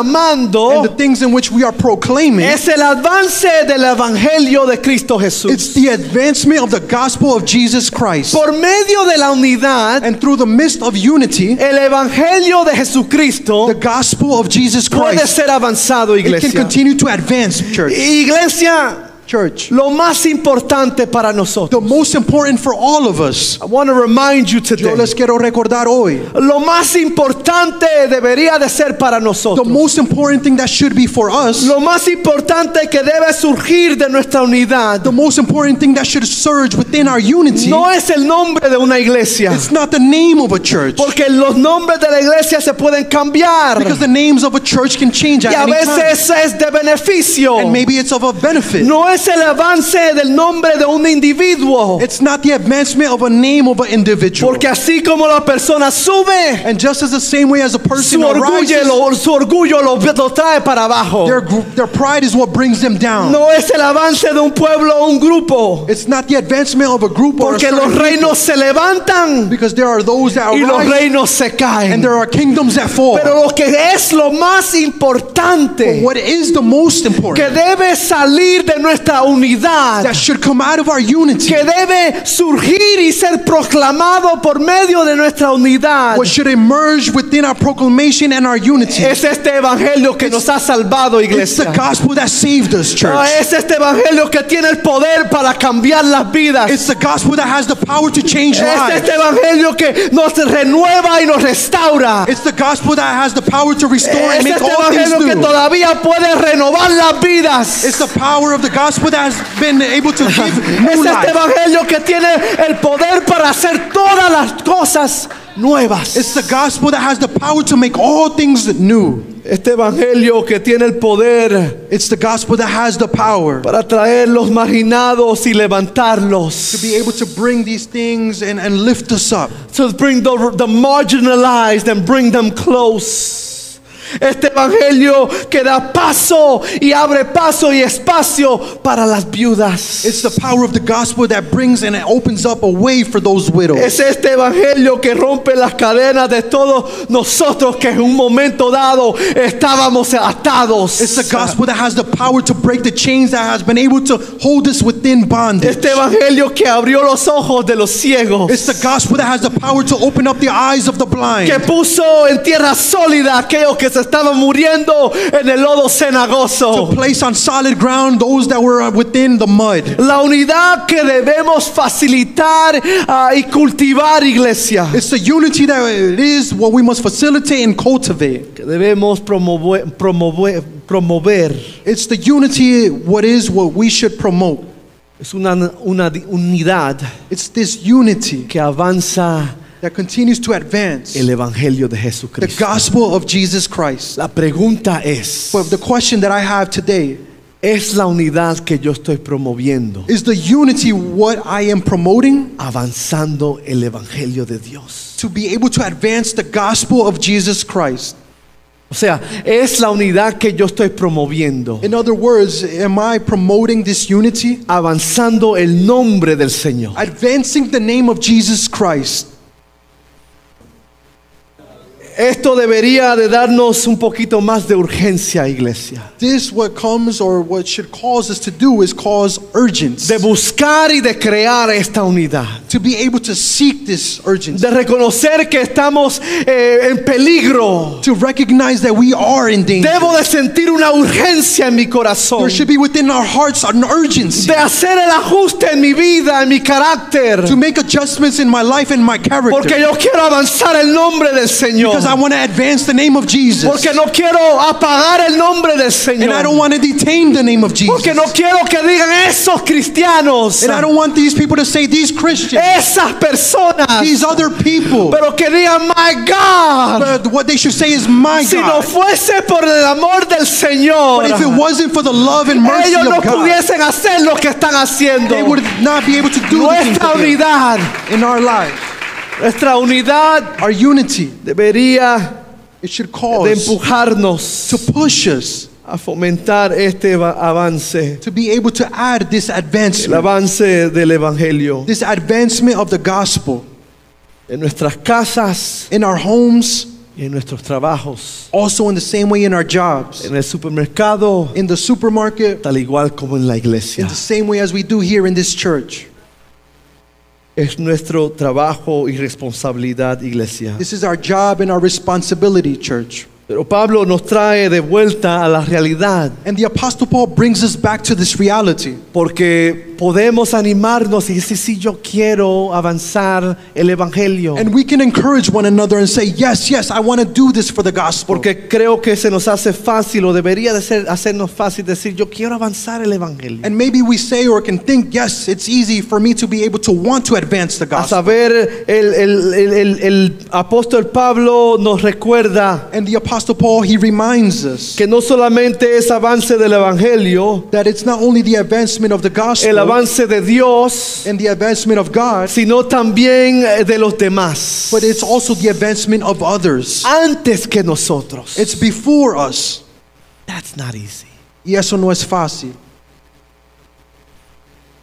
S3: and the
S2: proclamando
S3: things in which we are proclaiming,
S2: es el avance del evangelio de Cristo Jesús.
S3: it's the advancement of the gospel of Jesus Christ.
S2: Por medio de la unidad,
S3: And through the midst of unity,
S2: el evangelio de Jesucristo
S3: the gospel of Jesus
S2: puede
S3: Christ
S2: ser avanzado,
S3: it can
S2: iglesia.
S3: continue to advance, church.
S2: Iglesia,
S3: Church,
S2: lo más importante para nosotros.
S3: the most important for all of us.
S2: I want to remind you
S3: Yo
S2: today.
S3: les quiero recordar hoy.
S2: Lo más importante debería de ser para
S3: The
S2: nosotros.
S3: most important thing that should be for us,
S2: Lo más importante que debe surgir de nuestra unidad
S3: the most important thing that should surge within our unity,
S2: no es el nombre de una iglesia,
S3: it's not the name of a church.
S2: porque los nombres de la iglesia se pueden cambiar
S3: Because the names of a church can change
S2: y
S3: at
S2: a
S3: any time.
S2: veces es de beneficio.
S3: And maybe it's of a benefit.
S2: No es el avance del nombre de un individuo,
S3: It's not the advancement of a name of an individual.
S2: porque así como la persona sube,
S3: And just as the same way as a person
S2: su orgullo,
S3: arises,
S2: lo, su orgullo lo, lo trae para abajo.
S3: their, gr- their pride is what brings them down.
S2: No es el avance de un pueblo o un grupo,
S3: It's not the advancement of a group or a
S2: porque los
S3: certain people.
S2: reinos se levantan
S3: Because there are those that
S2: y los
S3: arise
S2: reinos se
S3: and
S2: caen.
S3: there are kingdoms that fall.
S2: Pero lo que es lo más
S3: But
S2: importante
S3: what is the most
S2: que
S3: important
S2: debe salir de nuestra unidad,
S3: that should come out of our unity?
S2: que debe surgir y ser proclamado por medio de nuestra unidad,
S3: What should emerge within our proclamation and our unity?
S2: es este evangelio que nos ha salvado,
S3: It's the
S2: iglesia.
S3: gospel that saved us,
S2: Ah,
S3: church.
S2: Es este evangelio que tiene el poder para cambiar las vidas.
S3: It's the gospel that has the power to change
S2: Es
S3: lives.
S2: este evangelio que nos renueva y nos restaura.
S3: It's the gospel that has the power to restore and
S2: Es
S3: make
S2: este
S3: all things
S2: evangelio que
S3: new.
S2: todavía puede renovar las vidas.
S3: It's the power of the gospel that has been
S2: *laughs*
S3: able to give
S2: Es
S3: new
S2: este
S3: life.
S2: evangelio que tiene el poder para hacer todas las cosas nuevas.
S3: It's the gospel that has the power to make all things new.
S2: Este evangelio que tiene el poder
S3: It's the gospel that has the power
S2: para traer los marginados y levantarlos.
S3: to be able to bring these things and, and lift us up.
S2: To bring the, the marginalized and bring them close. Este evangelio que da paso y abre paso y espacio para las viudas.
S3: It's the power of the gospel that brings and it opens up a way for those widows.
S2: Es este evangelio que rompe las cadenas de todos nosotros que en un momento dado estábamos atados.
S3: It's the gospel that has the power to break the chains that has been able to hold us within bondage.
S2: Este evangelio que abrió los ojos de los ciegos,
S3: It's the gospel that has the power to open up the eyes of the blind.
S2: que puso en tierra sólida a aquellos que se estaban muriendo en el lodo cenagoso.
S3: to place on solid ground those that were uh, within the mud.
S2: La unidad que debemos facilitar ah, y cultivar, iglesia.
S3: It's the unity that it is what we must facilitate and cultivate.
S2: Que debemos promove- promove- promover.
S3: It's the unity what is what we should promote.
S2: Es una, una di- unidad
S3: It's this unity
S2: que avanza
S3: that continues to advance
S2: el Evangelio de
S3: the
S2: Jesucristo.
S3: gospel of Jesus Christ.
S2: La pregunta es,
S3: But the question that I have today
S2: ¿es la unidad que yo estoy promoviendo
S3: is the unity what I am promoting
S2: avanzando el Evangelio de Dios?
S3: to be able to advance the gospel of Jesus Christ.
S2: O sea, ¿es la unidad que yo estoy promoviendo
S3: In other words, am I promoting this unity?
S2: avanzando el nombre del Señor?
S3: Advancing the name of Jesus Christ.
S2: Esto debería de darnos un poquito más de urgencia, iglesia.
S3: This what comes or what should cause us to do is cause urgency.
S2: De buscar y de crear esta unidad.
S3: to be able to seek this urgency.
S2: De reconocer que estamos eh, en peligro.
S3: to recognize that we are in danger.
S2: Debo de sentir una urgencia en mi corazón.
S3: there should be within our hearts an urgency
S2: De hacer el ajuste en mi vida, en mi carácter.
S3: to make adjustments in my life and my character.
S2: Porque yo quiero avanzar el nombre del Señor.
S3: because I want to advance the name of Jesus.
S2: Porque no quiero apagar el nombre del
S3: and I don't
S2: Señor.
S3: want to detain the name of Jesus.
S2: Porque no quiero que digan esos cristianos,
S3: and I don't want these people to say these Christians,
S2: esas personas,
S3: these other people.
S2: pero que digan, my God,
S3: but what they should say is my
S2: si no
S3: God.
S2: fuese por el amor del Señor,
S3: but if it wasn't for the love and mercy
S2: ellos no
S3: of God,
S2: pudiesen hacer lo que están haciendo.
S3: they would not be able to do the things
S2: Nuestra
S3: that they
S2: unidad,
S3: are in our life.
S2: nuestra unidad
S3: Our unity,
S2: debería
S3: it should
S2: de
S3: cause
S2: empujarnos
S3: to push us
S2: a fomentar este va- avance,
S3: to be able to add this
S2: el
S3: advancement,
S2: avance del Evangelio
S3: this advancement of the gospel
S2: en nuestras casas,
S3: in our homes,
S2: en nuestros trabajos,
S3: also in the same way in our jobs,
S2: en el supermercado,
S3: in the supermarket,
S2: tal igual como en la iglesia.
S3: in the same way as we do here in this church.
S2: Es nuestro trabajo y responsabilidad, iglesia.
S3: This is our job and our responsibility, church.
S2: Pero Pablo nos trae de vuelta a la realidad,
S3: And the Apostle Paul brings us back to this reality
S2: porque podemos animarnos y decir, sí, yo quiero avanzar el Evangelio.
S3: And we can encourage one another and say, Yes, yes, I want to do this for the gospel.
S2: Porque creo que se nos hace fácil o debería de ser, hacernos fácil decir, yo quiero avanzar el Evangelio.
S3: And maybe we say or can think, Yes, it's easy for me to be able to want to advance the
S2: A
S3: gospel.
S2: saber, el, el- el- el- el apóstol Pablo nos recuerda
S3: And the Apostle Paul, he reminds us
S2: que no solamente es avance del Evangelio,
S3: that it's not only the advancement of the
S2: el
S3: gospel
S2: avance de Dios,
S3: and the advancement of God,
S2: sino también eh, de los demás,
S3: but it's also the advancement of others.
S2: antes que nosotros.
S3: It's before us.
S2: That's not easy.
S3: Y eso no es fácil.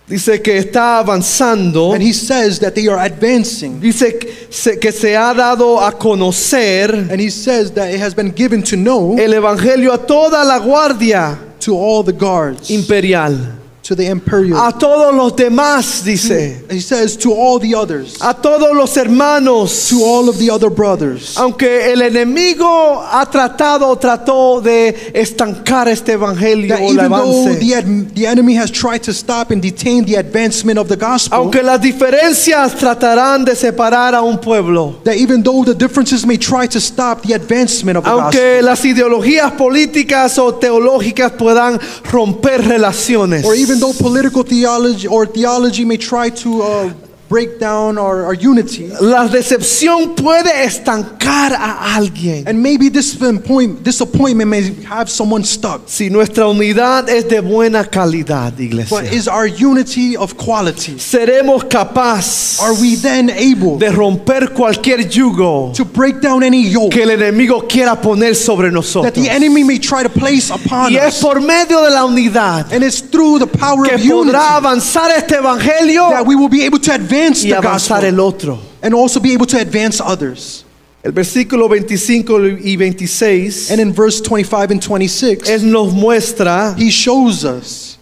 S2: Dice que está avanzando,
S3: And he says that they are advancing.
S2: dice que se- que se ha dado a conocer
S3: And he says that it has been given to know
S2: el Evangelio a toda la guardia.
S3: to all the guards,
S2: imperial.
S3: to the imperial.
S2: A todos los demás, dice.
S3: He says to all the others,
S2: A todos los hermanos.
S3: to all of the other brothers.
S2: Ah. Aunque el enemigo ha tratado o trató de estancar este evangelio
S3: That
S2: o el
S3: even though the,
S2: avance.
S3: ad- the enemy has tried to stop and detain the advancement of the gospel,
S2: Aunque las diferencias tratarán de separar a un pueblo.
S3: that even though the differences may try to stop the advancement of the
S2: Aunque
S3: gospel,
S2: las ideologías políticas o teológicas puedan romper relaciones.
S3: or even though political theology or theology may try to uh, break down our, our unity,
S2: La decepción puede estancar a alguien.
S3: and maybe disappointment, disappointment may have someone stuck.
S2: Si nuestra unidad es de buena calidad, iglesia,
S3: But is our unity of quality?
S2: seremos capaces
S3: Are we then able
S2: de romper cualquier yugo
S3: to break down any yoke
S2: que el enemigo quiera poner sobre nosotros.
S3: that the enemy may try to place upon
S2: Y es
S3: us?
S2: por medio de la unidad
S3: And it's through the power
S2: que
S3: of unity
S2: podrá avanzar este evangelio
S3: that we will be able to advance
S2: y
S3: the
S2: avanzar el
S3: gospel
S2: otro.
S3: and also be able to advance others.
S2: El versículo 25 y 26
S3: And in verse 25 and 26,
S2: es- nos muestra
S3: he shows us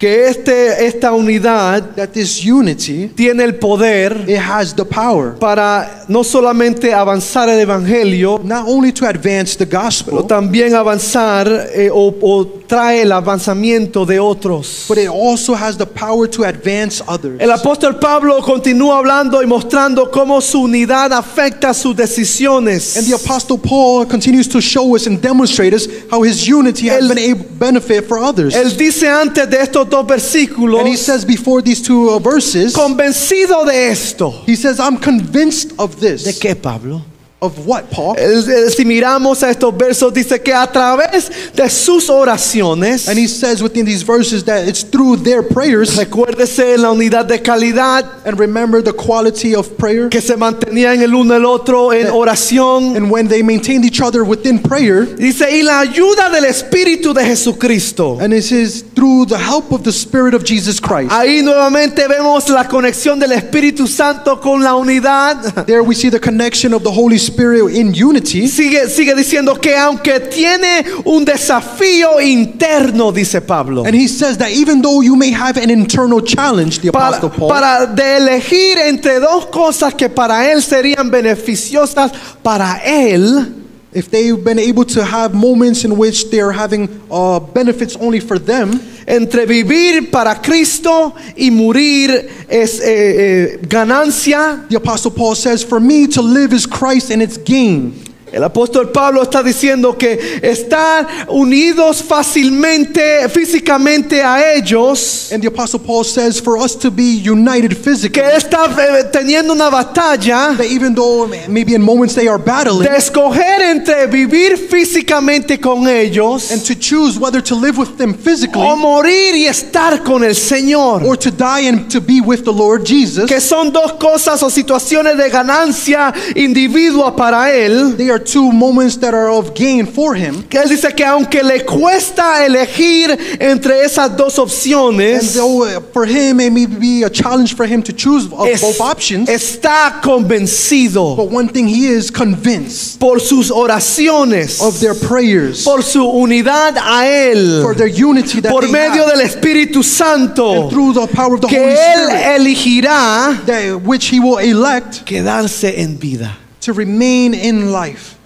S2: que este, esta unidad
S3: that this unity
S2: tiene el poder
S3: it has the power
S2: para no solamente avanzar el evangelio,
S3: not only to advance the
S2: pero
S3: gospel,
S2: también avanzar eh, o, o trae el avanzamiento de otros.
S3: but it also has the power to advance others.
S2: El apóstol Pablo continúa hablando y mostrando cómo su unidad afecta sus decisiones.
S3: And the apostle Paul continues to show us and demonstrate us how his unity has
S2: El-
S3: been a benefit for others.
S2: Él dice antes de estos dos versículos,
S3: and he says before these two uh, verses,
S2: convencido de esto.
S3: he says, "I'm convinced of this."
S2: qué, Pablo?
S3: Of what, Paul?
S2: si miramos a estos versos, dice que a través de sus oraciones,
S3: And he says within these verses that it's through their prayers
S2: recuérdese en la unidad de calidad
S3: and remember the quality of prayer.
S2: que se mantenían el uno el otro Eh, en oración.
S3: And when they maintained each other within prayer,
S2: Dice, y la ayuda del Espíritu de Jesucristo.
S3: and this is through the help of the Spirit of Jesus Christ.
S2: Ahí nuevamente vemos la conexión del Espíritu Santo con la unidad.
S3: There we see the connection of the Holy Spirit in unity.
S2: Sigue, sigue diciendo que aunque tiene un desafío interno, dice Pablo,
S3: And he says that even though you may have an internal challenge, the
S2: para,
S3: Apostle Paul,
S2: para de elegir entre dos cosas que para él serían beneficiosas para él,
S3: if they've been able to have moments in which they are having uh, benefits only for them,
S2: entre vivir para Cristo y morir es eh, eh, ganancia.
S3: the Apostle Paul says, For me to live is Christ and it's gain.
S2: El apóstol Pablo está diciendo que estar unidos fácilmente, físicamente a ellos,
S3: And the Apostle Paul says, For us to be united physically,
S2: que está eh, teniendo una batalla
S3: that even though maybe in moments they are battling,
S2: de escoger entre vivir físicamente con ellos
S3: and to choose whether to live with them physically
S2: o morir y estar con el Señor,
S3: or to die and to be with the Lord Jesus,
S2: que son dos cosas o situaciones de ganancia individua para él.
S3: they are two moments that are of gain for him.
S2: Que él dice que aunque le cuesta elegir entre esas dos
S3: And
S2: opciones,
S3: though uh, for him it may be a challenge for him to choose of
S2: es-
S3: both options,
S2: está convencido
S3: but one thing he is convinced
S2: por sus oraciones,
S3: of their prayers,
S2: por su unidad a él,
S3: for their unity that
S2: por
S3: they
S2: medio
S3: have,
S2: del Espíritu Santo,
S3: and through the power of the
S2: que
S3: Holy
S2: él
S3: Spirit,
S2: elegirá
S3: that, which he will elect
S2: quedarse en vida,
S3: to remain in life,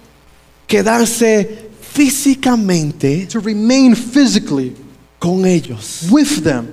S2: quedarse físicamente
S3: to remain physically
S2: con ellos,
S3: with them.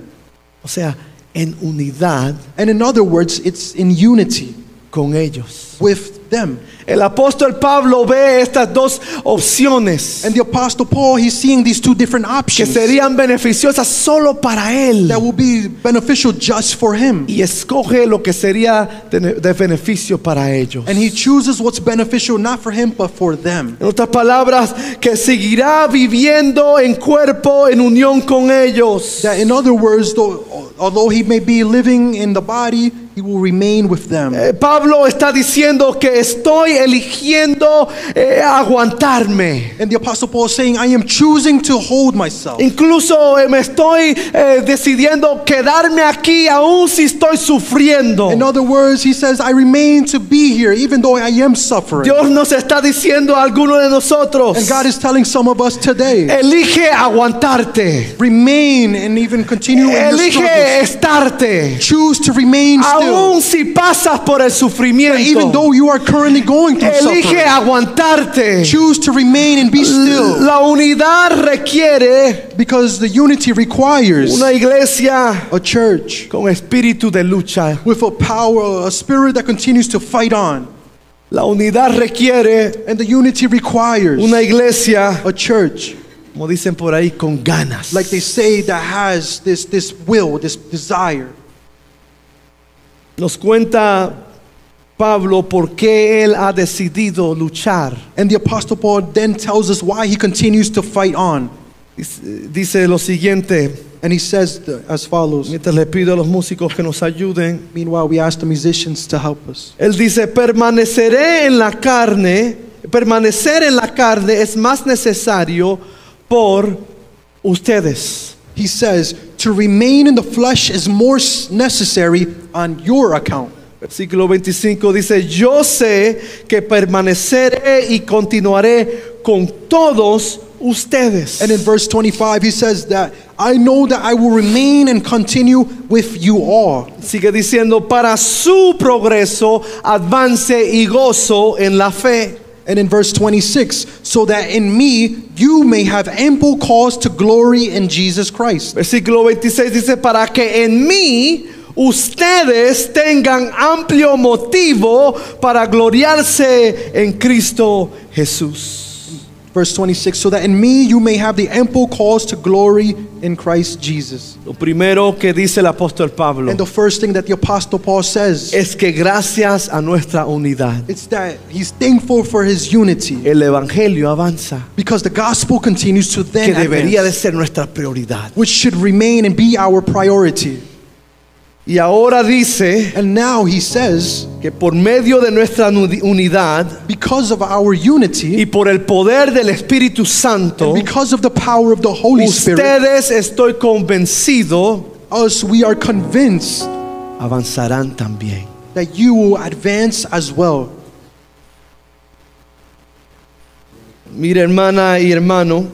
S2: o sea, en unidad
S3: And in other words, it's in unity
S2: con ellos.
S3: with them.
S2: El apóstol Pablo ve estas dos opciones
S3: And the Apostle Paul, he's seeing these two different
S2: que
S3: options
S2: serían beneficiosas solo para él
S3: that will be beneficial just for him.
S2: y escoge lo que sería de, de beneficio para ellos.
S3: And he chooses what's beneficial not for him, but for them.
S2: En otras palabras, que seguirá viviendo en cuerpo, en unión con ellos.
S3: That in other words, though, although he may be living in the body, he will remain with them.
S2: Eh, Pablo está diciendo que estoy eligiendo eh, aguantarme.
S3: And the Apostle Paul is saying, I am choosing to hold myself.
S2: Incluso eh, me estoy eh, decidiendo quedarme aquí aún si estoy sufriendo.
S3: In other words, he says, I remain to be here even though I am suffering.
S2: Dios nos está diciendo a algunos de nosotros,
S3: And God is telling some of us
S2: Eh.
S3: today,
S2: elige aguantarte.
S3: remain and even continue in your
S2: Elige
S3: struggles.
S2: estarte.
S3: Choose to remain still.
S2: Aún si pasas por el
S3: Even
S2: sufrimiento.
S3: though you are currently going through
S2: Elige ah.
S3: suffering,
S2: aguantarte.
S3: choose to remain and be still
S2: La unidad requiere
S3: because the unity requires
S2: una iglesia
S3: a church
S2: con espíritu de lucha.
S3: with a power, a spirit that continues to fight on.
S2: La unidad requiere
S3: And the unity requires
S2: una iglesia,
S3: a church,
S2: como dicen por ahí, con ganas.
S3: like they say, that has this, this will, this desire.
S2: Nos cuenta Pablo por qué él ha decidido luchar.
S3: And the Apostle Paul then tells us why he continues to fight on.
S2: Dice- Dice lo siguiente,
S3: And he says th- as follows
S2: mientras le pido a los músicos que nos ayuden.
S3: Meanwhile, we ask the musicians to help us.
S2: Él dice, permaneceré en la carne, permanecer en la carne es más necesario por ustedes.
S3: He says, To remain in the flesh is more s- necessary on your account.
S2: Versículo 25 dice, yo sé que permaneceré y continuaré con todos ustedes.
S3: And in verse 25, he says that I know that I will remain and continue with you all.
S2: Sigue diciendo, para su progreso, avance y gozo en la fe.
S3: And in verse 26, so that in me you may have ample cause to glory in Jesus Christ.
S2: Versículo 26 dice, para que en mí ustedes tengan amplio motivo para gloriarse en Cristo Jesús.
S3: Verse 26, so that in me you may have the ample cause to glory in Christ Jesus.
S2: Lo primero que dice el apóstol Pablo
S3: And the first thing that the Apostle Paul says,
S2: es que gracias a nuestra unidad,
S3: it's that he's thankful for his unity
S2: el Evangelio avanza,
S3: because the gospel continues to then
S2: que debería de
S3: advance,
S2: ser nuestra prioridad.
S3: which should remain and be our priority.
S2: Y ahora dice
S3: And now he says,
S2: que por medio de nuestra nudi- unidad
S3: because of our unity
S2: y por el poder del Espíritu
S3: and
S2: Santo,
S3: because of the power of the Holy Spirit,
S2: ustedes estoy convencido
S3: us we are convinced
S2: avanzarán también.
S3: that you will advance as well.
S2: Mira, hermana y hermano,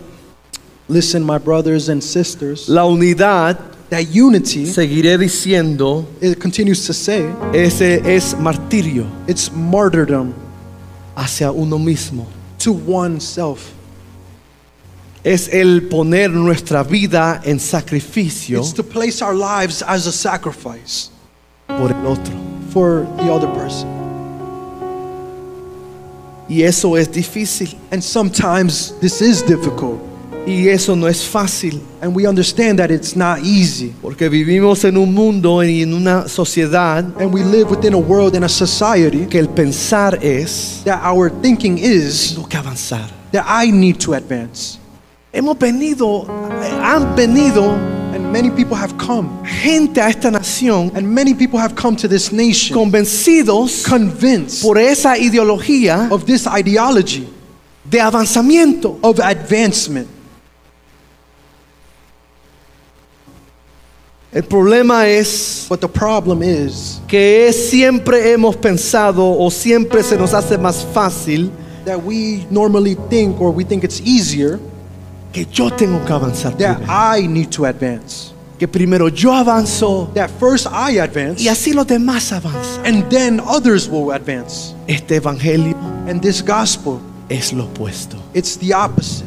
S3: Listen, my brothers and sisters,
S2: la unidad,
S3: that unity,
S2: seguiré diciendo,
S3: it continues to say,
S2: ese es martirio
S3: it's martyrdom
S2: hacia uno mismo.
S3: to oneself.
S2: Es el poner nuestra vida en sacrificio
S3: It's to place our lives as a sacrifice
S2: por el otro.
S3: for the other person.
S2: Y eso es difícil.
S3: And sometimes this is difficult,
S2: Y eso no es fácil.
S3: and we understand that it's not easy.
S2: Porque vivimos en un mundo y en una sociedad
S3: And we live within a world and a society
S2: que el pensar es
S3: that our thinking is
S2: lo que avanzar.
S3: that I need to advance.
S2: Hemos venido, eh, han venido
S3: And many people have come,
S2: gente a esta nación
S3: and many people have come to this nation
S2: convencidos
S3: convinced
S2: por esa ideología
S3: of this ideology
S2: de avanzamiento.
S3: of advancement.
S2: El problema es
S3: But the problem is
S2: que es- siempre hemos pensado o siempre se nos hace más fácil
S3: that we normally think or we think it's easier
S2: que yo tengo que avanzar,
S3: that
S2: primero.
S3: I need to advance.
S2: que primero yo avanzo
S3: That first I advance
S2: y así los demás avanzan.
S3: and then others will advance.
S2: Este evangelio
S3: And this gospel,
S2: es lo opuesto.
S3: it's the opposite.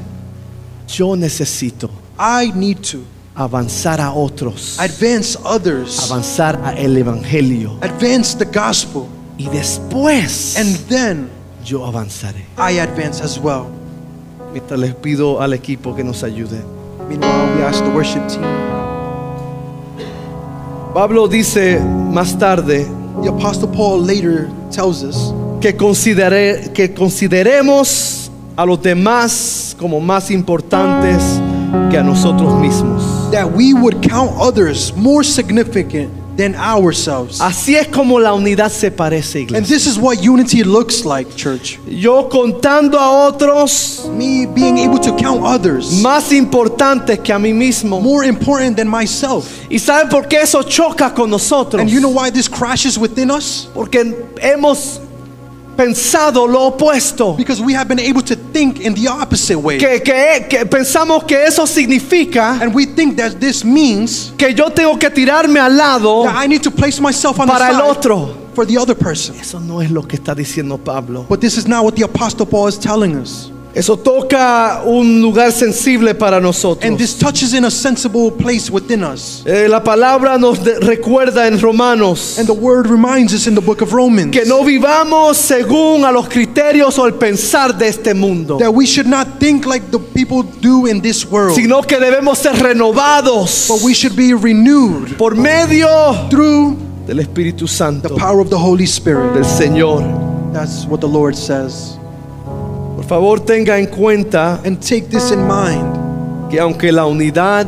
S2: Yo necesito
S3: I need to
S2: avanzar a otros,
S3: advance others,
S2: avanzar a el evangelio
S3: advance the gospel,
S2: y después
S3: and then
S2: yo avanzaré.
S3: I advance as well.
S2: Mientras les pido al equipo que nos ayude.
S3: Meanwhile, we ask the worship team.
S2: Pablo dice más tarde
S3: The Apostle Paul later tells us
S2: que, considere- que consideremos a los demás como más importantes que a nosotros mismos.
S3: that we would count others more significant than ourselves.
S2: Así es como la unidad se parece,
S3: And
S2: iglesia.
S3: this is what unity looks like, church.
S2: Yo contando a otros
S3: Me being able to count others
S2: más importantes que a mí mismo.
S3: more important than myself.
S2: ¿Y saben por qué eso choca con nosotros?
S3: And you know why this crashes within us?
S2: Porque hemos pensado lo opuesto.
S3: Because we have been able to think in the opposite way.
S2: Que, que- que pensamos que eso significa
S3: And we think that this means
S2: que yo tengo que tirarme al lado
S3: that I need to place myself on
S2: Oh. para el
S3: the side
S2: otro.
S3: for the other person.
S2: Eso no es lo que está diciendo Pablo.
S3: But this is not what the Apostle Paul is telling us.
S2: Eso toca un lugar sensible para
S3: And
S2: nosotros.
S3: this touches in a sensible place within us.
S2: Eh, la palabra nos de- recuerda en Romanos
S3: And the word reminds us in the book of Romans
S2: que no vivamos según a los criterios o el pensar de este mundo,
S3: that we should not think like the people do in this world,
S2: sino que debemos ser renovados
S3: but we should be renewed
S2: por medio
S3: through
S2: del Espíritu
S3: the
S2: Santo
S3: power of the Holy Spirit.
S2: del Señor.
S3: That's what the Lord says.
S2: Por favor, tenga en cuenta
S3: And take this in mind
S2: que aunque la unidad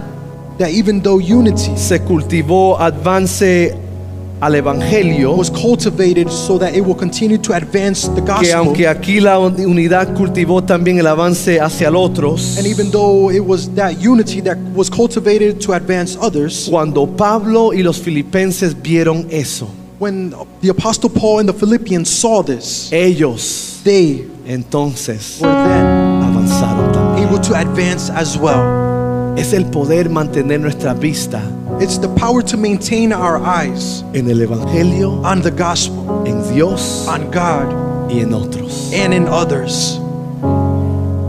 S3: that even though unity
S2: se cultivó avance al evangelio,
S3: was cultivated so that it will continue to advance the
S2: que
S3: gospel,
S2: aunque aquí la un- unidad cultivó también el avance hacia los otros,
S3: and even though it was that unity that was cultivated to advance others,
S2: cuando Pablo y los filipenses vieron eso,
S3: when the Apostle Paul and the Philippians saw this,
S2: ellos
S3: they
S2: entonces
S3: were then
S2: avanzaron también.
S3: able to advance as well.
S2: Es el poder mantener nuestra vista
S3: It's the power to maintain our eyes.
S2: en el evangelio,
S3: on the gospel,
S2: en Dios
S3: on God,
S2: y en otros.
S3: and in others.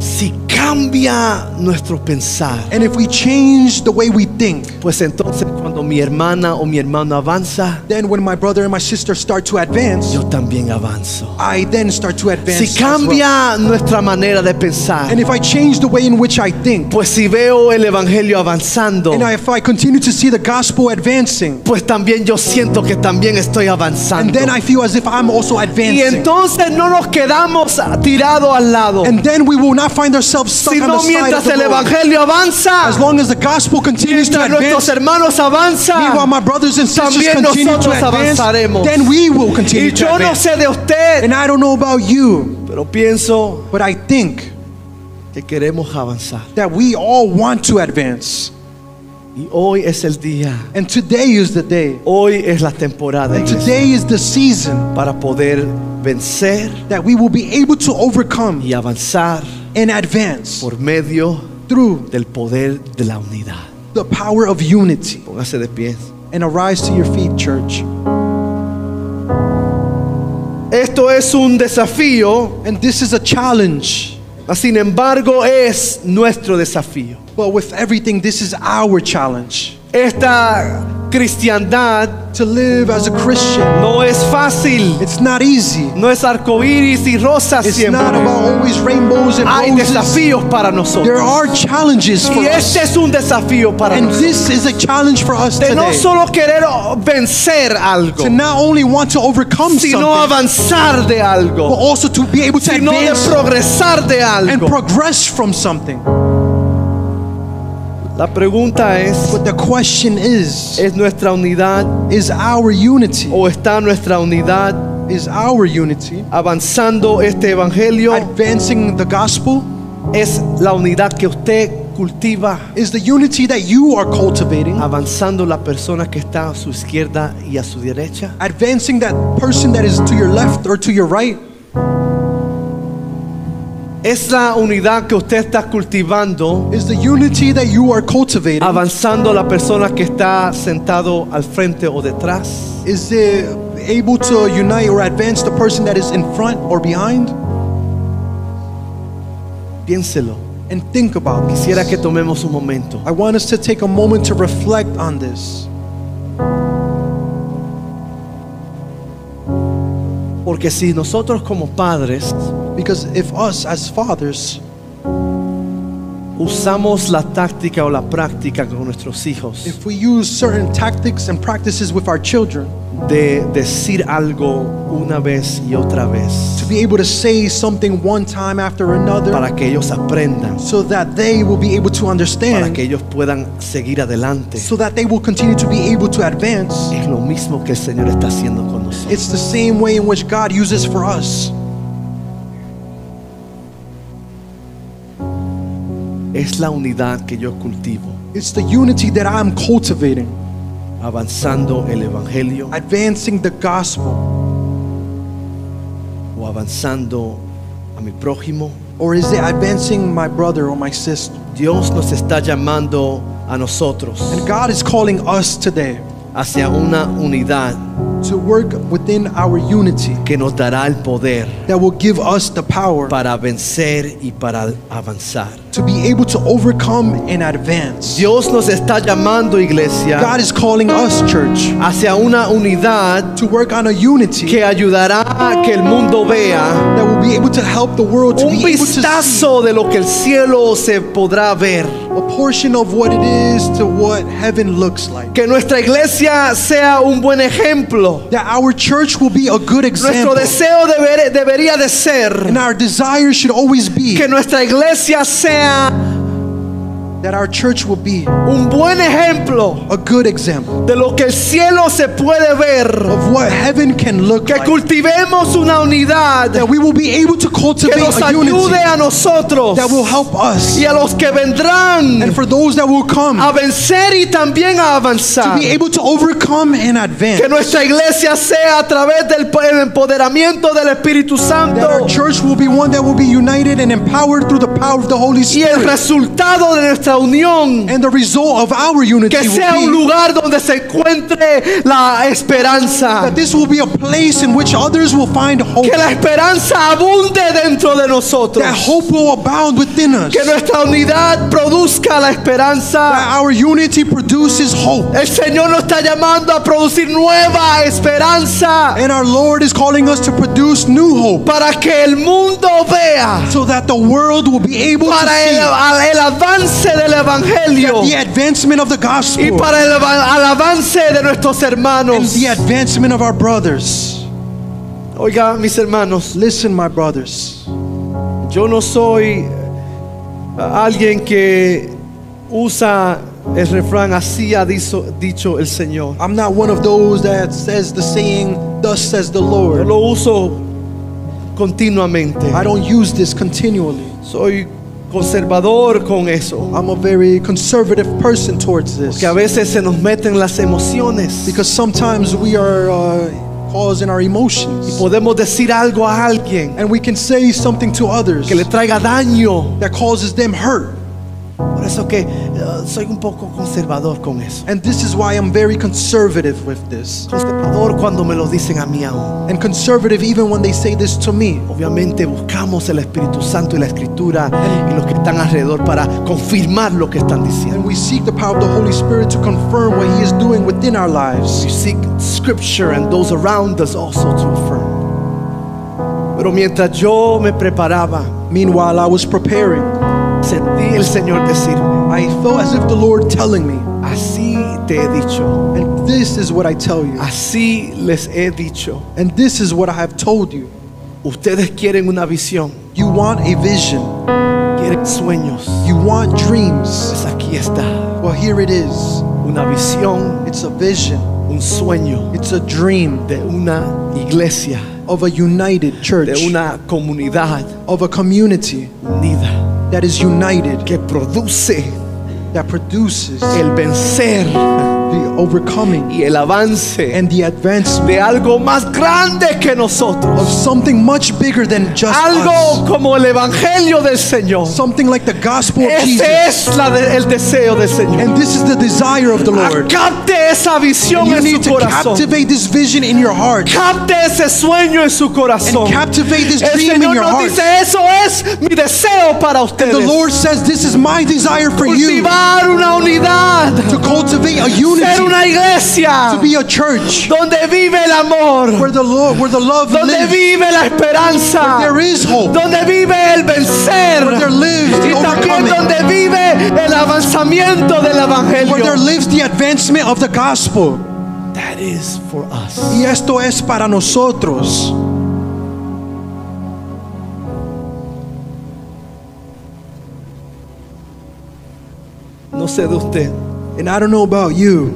S2: Si cambia nuestro pensar,
S3: And if we change the way we think,
S2: Pues entonces cuando mi hermana o mi hermano avanza,
S3: then when my brother and my sister start to advance,
S2: yo también avanzo.
S3: I then start to advance.
S2: Si
S3: as well.
S2: cambia nuestra manera de pensar,
S3: And if I change the way in which I think,
S2: pues si veo el evangelio avanzando,
S3: and I, if I continue to see the gospel advancing,
S2: pues también yo siento que también estoy
S3: and
S2: avanzando.
S3: then I feel as if I'm also
S2: Y
S3: advancing.
S2: entonces no nos quedamos tirados al lado,
S3: And then we will not find ourselves stuck on
S2: sino
S3: the side
S2: mientras
S3: of the
S2: el
S3: road.
S2: evangelio
S3: As
S2: avanza,
S3: long as the gospel continues to
S2: mientras nuestros
S3: advance,
S2: hermanos
S3: meanwhile
S2: avanzan,
S3: my brothers and sisters
S2: también
S3: continue to
S2: nosotros
S3: advance,
S2: avanzaremos.
S3: then we will continue
S2: y
S3: to
S2: yo no
S3: advance.
S2: sé de usted,
S3: And I don't know about you,
S2: pero pienso
S3: But I think
S2: que queremos avanzar.
S3: that we all want to advance.
S2: Y hoy es el día.
S3: And today is the day.
S2: Hoy es la temporada iglesia,
S3: Today is the season
S2: para poder vencer
S3: that we will be able to overcome
S2: y avanzar
S3: in advance
S2: por medio
S3: through
S2: del poder de la unidad.
S3: the power of unity.
S2: Póngase de pie.
S3: And arise to your feet, church.
S2: Esto es un desafío,
S3: And this is a challenge,
S2: sin embargo es nuestro desafío.
S3: but with everything, this is our challenge.
S2: Esta cristiandad
S3: To live as a Christian,
S2: no es fácil,
S3: it's not easy.
S2: no es arcoíris y rosas
S3: It's not
S2: siempre.
S3: about always rainbows and
S2: Hay
S3: roses.
S2: desafíos para
S3: There
S2: nosotros.
S3: are challenges for
S2: Y
S3: us.
S2: este es un desafío para
S3: And
S2: nosotros.
S3: this is a challenge for us
S2: De no
S3: today.
S2: solo querer oh, vencer algo,
S3: To not only want to overcome
S2: sino
S3: something,
S2: avanzar de
S3: but
S2: algo,
S3: also to be able to
S2: sino de
S3: advance
S2: progresar de
S3: and
S2: algo.
S3: progress from something.
S2: La pregunta es,
S3: But the question is,
S2: ¿es nuestra unidad
S3: is our unity,
S2: o está nuestra unidad
S3: is our unity
S2: avanzando este evangelio?
S3: advancing the gospel?
S2: Es la unidad que usted cultiva
S3: Is the unity that you are cultivating
S2: avanzando la persona que está a su izquierda y a su derecha.
S3: advancing that person that is to your left or to your right?
S2: Es la unidad que usted está cultivando
S3: Is the unity that you are cultivating
S2: avanzando la persona que está sentado al frente o detrás.
S3: is it able to unite or advance the person that is in front or behind?
S2: Piénselo.
S3: And think about this.
S2: Quisiera que tomemos un momento.
S3: I want us to take a moment to reflect on this
S2: Porque si nosotros como padres
S3: because if us as fathers
S2: usamos la táctica o la práctica con nuestros hijos
S3: If we use certain tactics and practices with our children
S2: de decir algo una vez y otra
S3: to
S2: vez
S3: be able to say something one time after another
S2: para que ellos aprendan,
S3: so that they will be able to
S2: para
S3: understand,
S2: que ellos puedan seguir adelante,
S3: so that they will continue to be able to advance.
S2: es lo mismo que el Señor está haciendo con nosotros.
S3: It's the same way in which God uses for us.
S2: Es la unidad que yo cultivo,
S3: It's the unity that I'm cultivating,
S2: avanzando el Evangelio
S3: advancing the gospel.
S2: o avanzando a mi prójimo.
S3: Or is it advancing my brother or my sister?
S2: Dios nos está llamando a nosotros
S3: And God is calling us today
S2: hacia una unidad
S3: to work within our unity
S2: que nos dará el poder
S3: that will give us the power
S2: para vencer y para avanzar.
S3: to be able to overcome and advance.
S2: Dios nos está llamando, iglesia,
S3: God is calling us, church,
S2: hacia una unidad
S3: to work on a unity
S2: que ayudará a que el mundo vea
S3: that will be able to help the world to
S2: un
S3: be able to see
S2: vistazo de lo que el cielo se podrá ver.
S3: a portion of what it is to what heaven looks like.
S2: Que nuestra iglesia sea un buen ejemplo.
S3: That our church will be a good
S2: Nuestro
S3: example.
S2: deseo deber- debería de ser
S3: And our desire should always be
S2: que nuestra iglesia sea
S3: that our church will be
S2: un buen ejemplo
S3: a good example
S2: de lo que el cielo se puede ver.
S3: of what heaven can look
S2: Que
S3: like.
S2: cultivemos una unidad
S3: That we will be able to
S2: que
S3: cultivate
S2: nos
S3: a
S2: ayude
S3: unity
S2: a nosotros
S3: that will help us.
S2: y a los que vendrán
S3: And for those that will come,
S2: a vencer y también a
S3: to
S2: avanzar.
S3: be able to overcome and advance.
S2: Que nuestra iglesia sea a través del po- el empoderamiento del Espíritu
S3: That
S2: Santo
S3: our church will be one that will be united and empowered through the power of the Holy
S2: y el
S3: Spirit.
S2: resultado de nuestra unión.
S3: And the result of our unity
S2: Que sea un
S3: will be
S2: lugar donde se encuentre la esperanza.
S3: that this will be a place in which others will find hope.
S2: Que la esperanza abunde dentro de nosotros.
S3: That hope will abound within us.
S2: Que
S3: That
S2: nuestra unidad produzca la esperanza.
S3: our unity produces hope.
S2: El Señor nos está llamando a producir nueva esperanza
S3: And our Lord is calling us to produce new hope
S2: para que el mundo vea,
S3: so that the world will be able to
S2: para el,
S3: see
S2: al- el avance del Evangelio
S3: the advancement of the gospel
S2: y para el av- al avance de nuestros
S3: and
S2: hermanos.
S3: the advancement of our brothers.
S2: Oiga, mis hermanos,
S3: Listen, my brothers.
S2: yo no soy alguien que usa el refrán así ha dicho, dicho el Señor.
S3: I'm not one of those that says the saying, Thus says the
S2: Yo
S3: Lord.
S2: lo uso continuamente.
S3: I don't use this continually.
S2: Soy conservador con eso.
S3: I'm a very conservative person towards this.
S2: Que a veces se nos meten las emociones.
S3: Because sometimes we are uh, falls in our emotions.
S2: Podemos decir algo a alguien
S3: And we can say something to others
S2: que le traiga daño.
S3: that causes them hurt.
S2: Por eso que eh, soy un poco conservador con eso.
S3: And this is why I'm very conservative with this.
S2: Conservador cuando me lo dicen a mí aún.
S3: And conservative even when they say this to me.
S2: Obviamente buscamos el Espíritu Santo y la Escritura y los que están alrededor para confirmar lo que están diciendo.
S3: And we seek the power of the Holy Spirit to confirm what He is doing within our
S2: We
S3: lives.
S2: seek scripture and those around us also to affirm. Pero mientras yo me preparaba,
S3: Meanwhile, I was preparing.
S2: sentí el Señor decirme,
S3: I felt as if the Lord telling me,
S2: así te he dicho,
S3: and this is what I tell you,
S2: así les he dicho.
S3: and this is what I have told you.
S2: Ustedes quieren una visión,
S3: You want a vision,
S2: quieren sueños.
S3: you want dreams.
S2: Pues aquí está,
S3: Well, here it is.
S2: una visión,
S3: It's a vision,
S2: un sueño
S3: it's a dream
S2: de una iglesia,
S3: of a united church,
S2: de una comunidad
S3: of a community
S2: unida
S3: that is united,
S2: que produce
S3: that produces
S2: el vencer
S3: the overcoming
S2: y el avance
S3: and the advancement
S2: de algo más grande que
S3: of
S2: nosotros.
S3: something much bigger than just
S2: Algo
S3: us.
S2: como el Evangelio del Señor.
S3: Something like the gospel of
S2: Ese
S3: Jesus.
S2: es la de- el deseo del Señor.
S3: And this is the desire of the Lord.
S2: Capte esa visión
S3: You
S2: en
S3: need
S2: su
S3: to
S2: corazón.
S3: captivate this vision in your heart.
S2: Capte ese sueño en su corazón.
S3: And captivate this
S2: El
S3: dream in
S2: Señor
S3: your
S2: nos
S3: heart.
S2: dice, eso es mi deseo para
S3: The
S2: ustedes.
S3: Lord says, This is my desire for you
S2: Cultivar una unidad.
S3: to cultivate a
S2: Ser
S3: unity,
S2: una iglesia
S3: to be a church
S2: donde vive el amor.
S3: where the Lord, where the love
S2: Donde
S3: lives,
S2: vive la esperanza.
S3: there is hope,
S2: donde vive el vencer
S3: Where there lives the
S2: y también
S3: overcoming.
S2: donde vive el avanzamiento del
S3: where there
S2: evangelio.
S3: lives the advancement of the gospel.
S2: That is for us.
S3: Y esto es para nosotros.
S2: No sé de usted,
S3: And I don't know about you.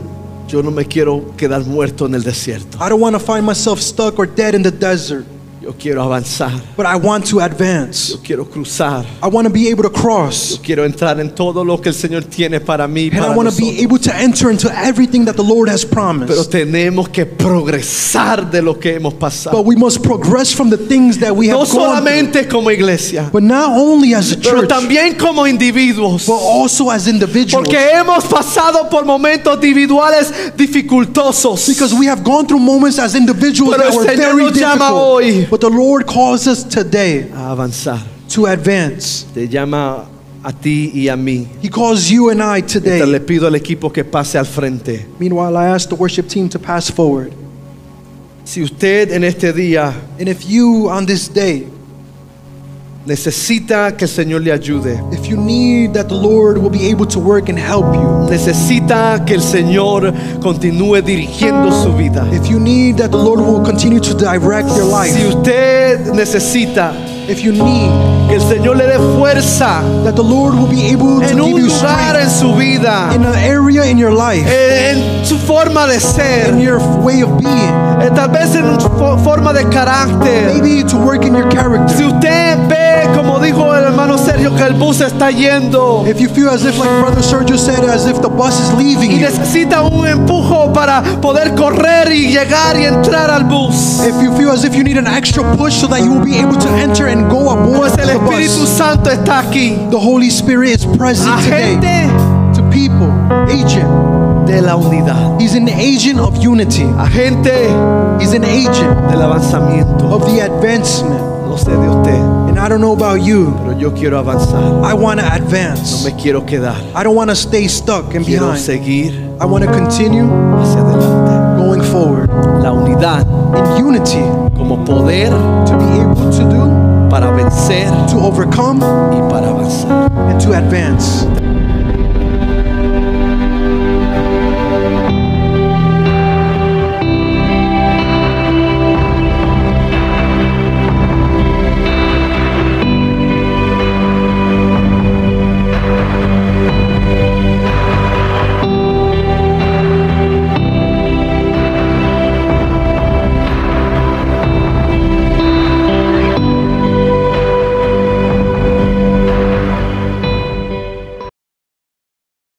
S2: yo no me quiero quedar muerto en el desierto.
S3: I don't want to find myself stuck or dead in the desert,
S2: Yo quiero avanzar,
S3: but I want to advance.
S2: yo quiero cruzar,
S3: I want to be able to cross.
S2: yo quiero entrar en todo lo que el Señor tiene para mí y
S3: And I
S2: para
S3: want to be
S2: nosotros.
S3: able to enter into everything that the Lord has
S2: Pero
S3: promised.
S2: tenemos que progresar de lo que hemos pasado.
S3: But we must progress from the things that we
S2: No
S3: have gone through.
S2: solamente como iglesia,
S3: But not only as a
S2: pero
S3: church, but
S2: también como individuos.
S3: also as individuals.
S2: Porque hemos pasado por momentos individuales dificultosos.
S3: Because we have gone through moments as individuals
S2: Pero
S3: that
S2: el
S3: were
S2: Señor
S3: very
S2: nos llama hoy.
S3: difficult. But the Lord calls us today
S2: a avanzar.
S3: to advance.
S2: Te llama a ti y a mí.
S3: He calls you and I
S2: Te
S3: today.
S2: le pido al equipo que pase al frente.
S3: Meanwhile, I ask the worship team to pass forward.
S2: Si usted en este día
S3: And if you on this day,
S2: necesita que el Señor le ayude,
S3: if you need that the Lord will be able to work and help you,
S2: necesita que el Señor continúe dirigiendo su vida.
S3: if you need that the Lord will continue to direct your
S2: Si
S3: life,
S2: usted necesita
S3: if you need
S2: que el Señor le dé fuerza
S3: that the Lord will be able to
S2: en
S3: give
S2: un
S3: you
S2: lugar
S3: strength
S2: en su vida,
S3: in an area in your life,
S2: en su forma de ser,
S3: in your way of being,
S2: Eh, tal vez en fo- forma de carácter.
S3: maybe to work in your character.
S2: Si usted ve, como dijo el hermano Sergio, que el bus está yendo
S3: If you feel as if, like Brother Sergio said, as if the bus is leaving
S2: y
S3: you,
S2: necesita un empujo para poder correr y llegar y entrar al bus,
S3: if you feel as if you need an extra push so that you will be able to enter and go aboard
S2: pues el
S3: the
S2: Espíritu
S3: bus,
S2: Santo está aquí.
S3: the Holy Spirit is present today
S2: Agente
S3: to people, agent.
S2: de la unidad,
S3: He's an agent of unity.
S2: agente
S3: He's an agent
S2: del avanzamiento.
S3: of the advancement.
S2: No sé de usted,
S3: And I don't know about you.
S2: pero yo quiero avanzar.
S3: I want to
S2: No
S3: advance.
S2: me quiero quedar.
S3: I don't want to stay stuck and
S2: Quiero
S3: behind.
S2: seguir
S3: I want to continue
S2: hacia adelante.
S3: going forward
S2: La unidad
S3: in unity
S2: como poder
S3: to be able to do,
S2: para vencer
S3: to overcome,
S2: y para avanzar.
S3: and to advance.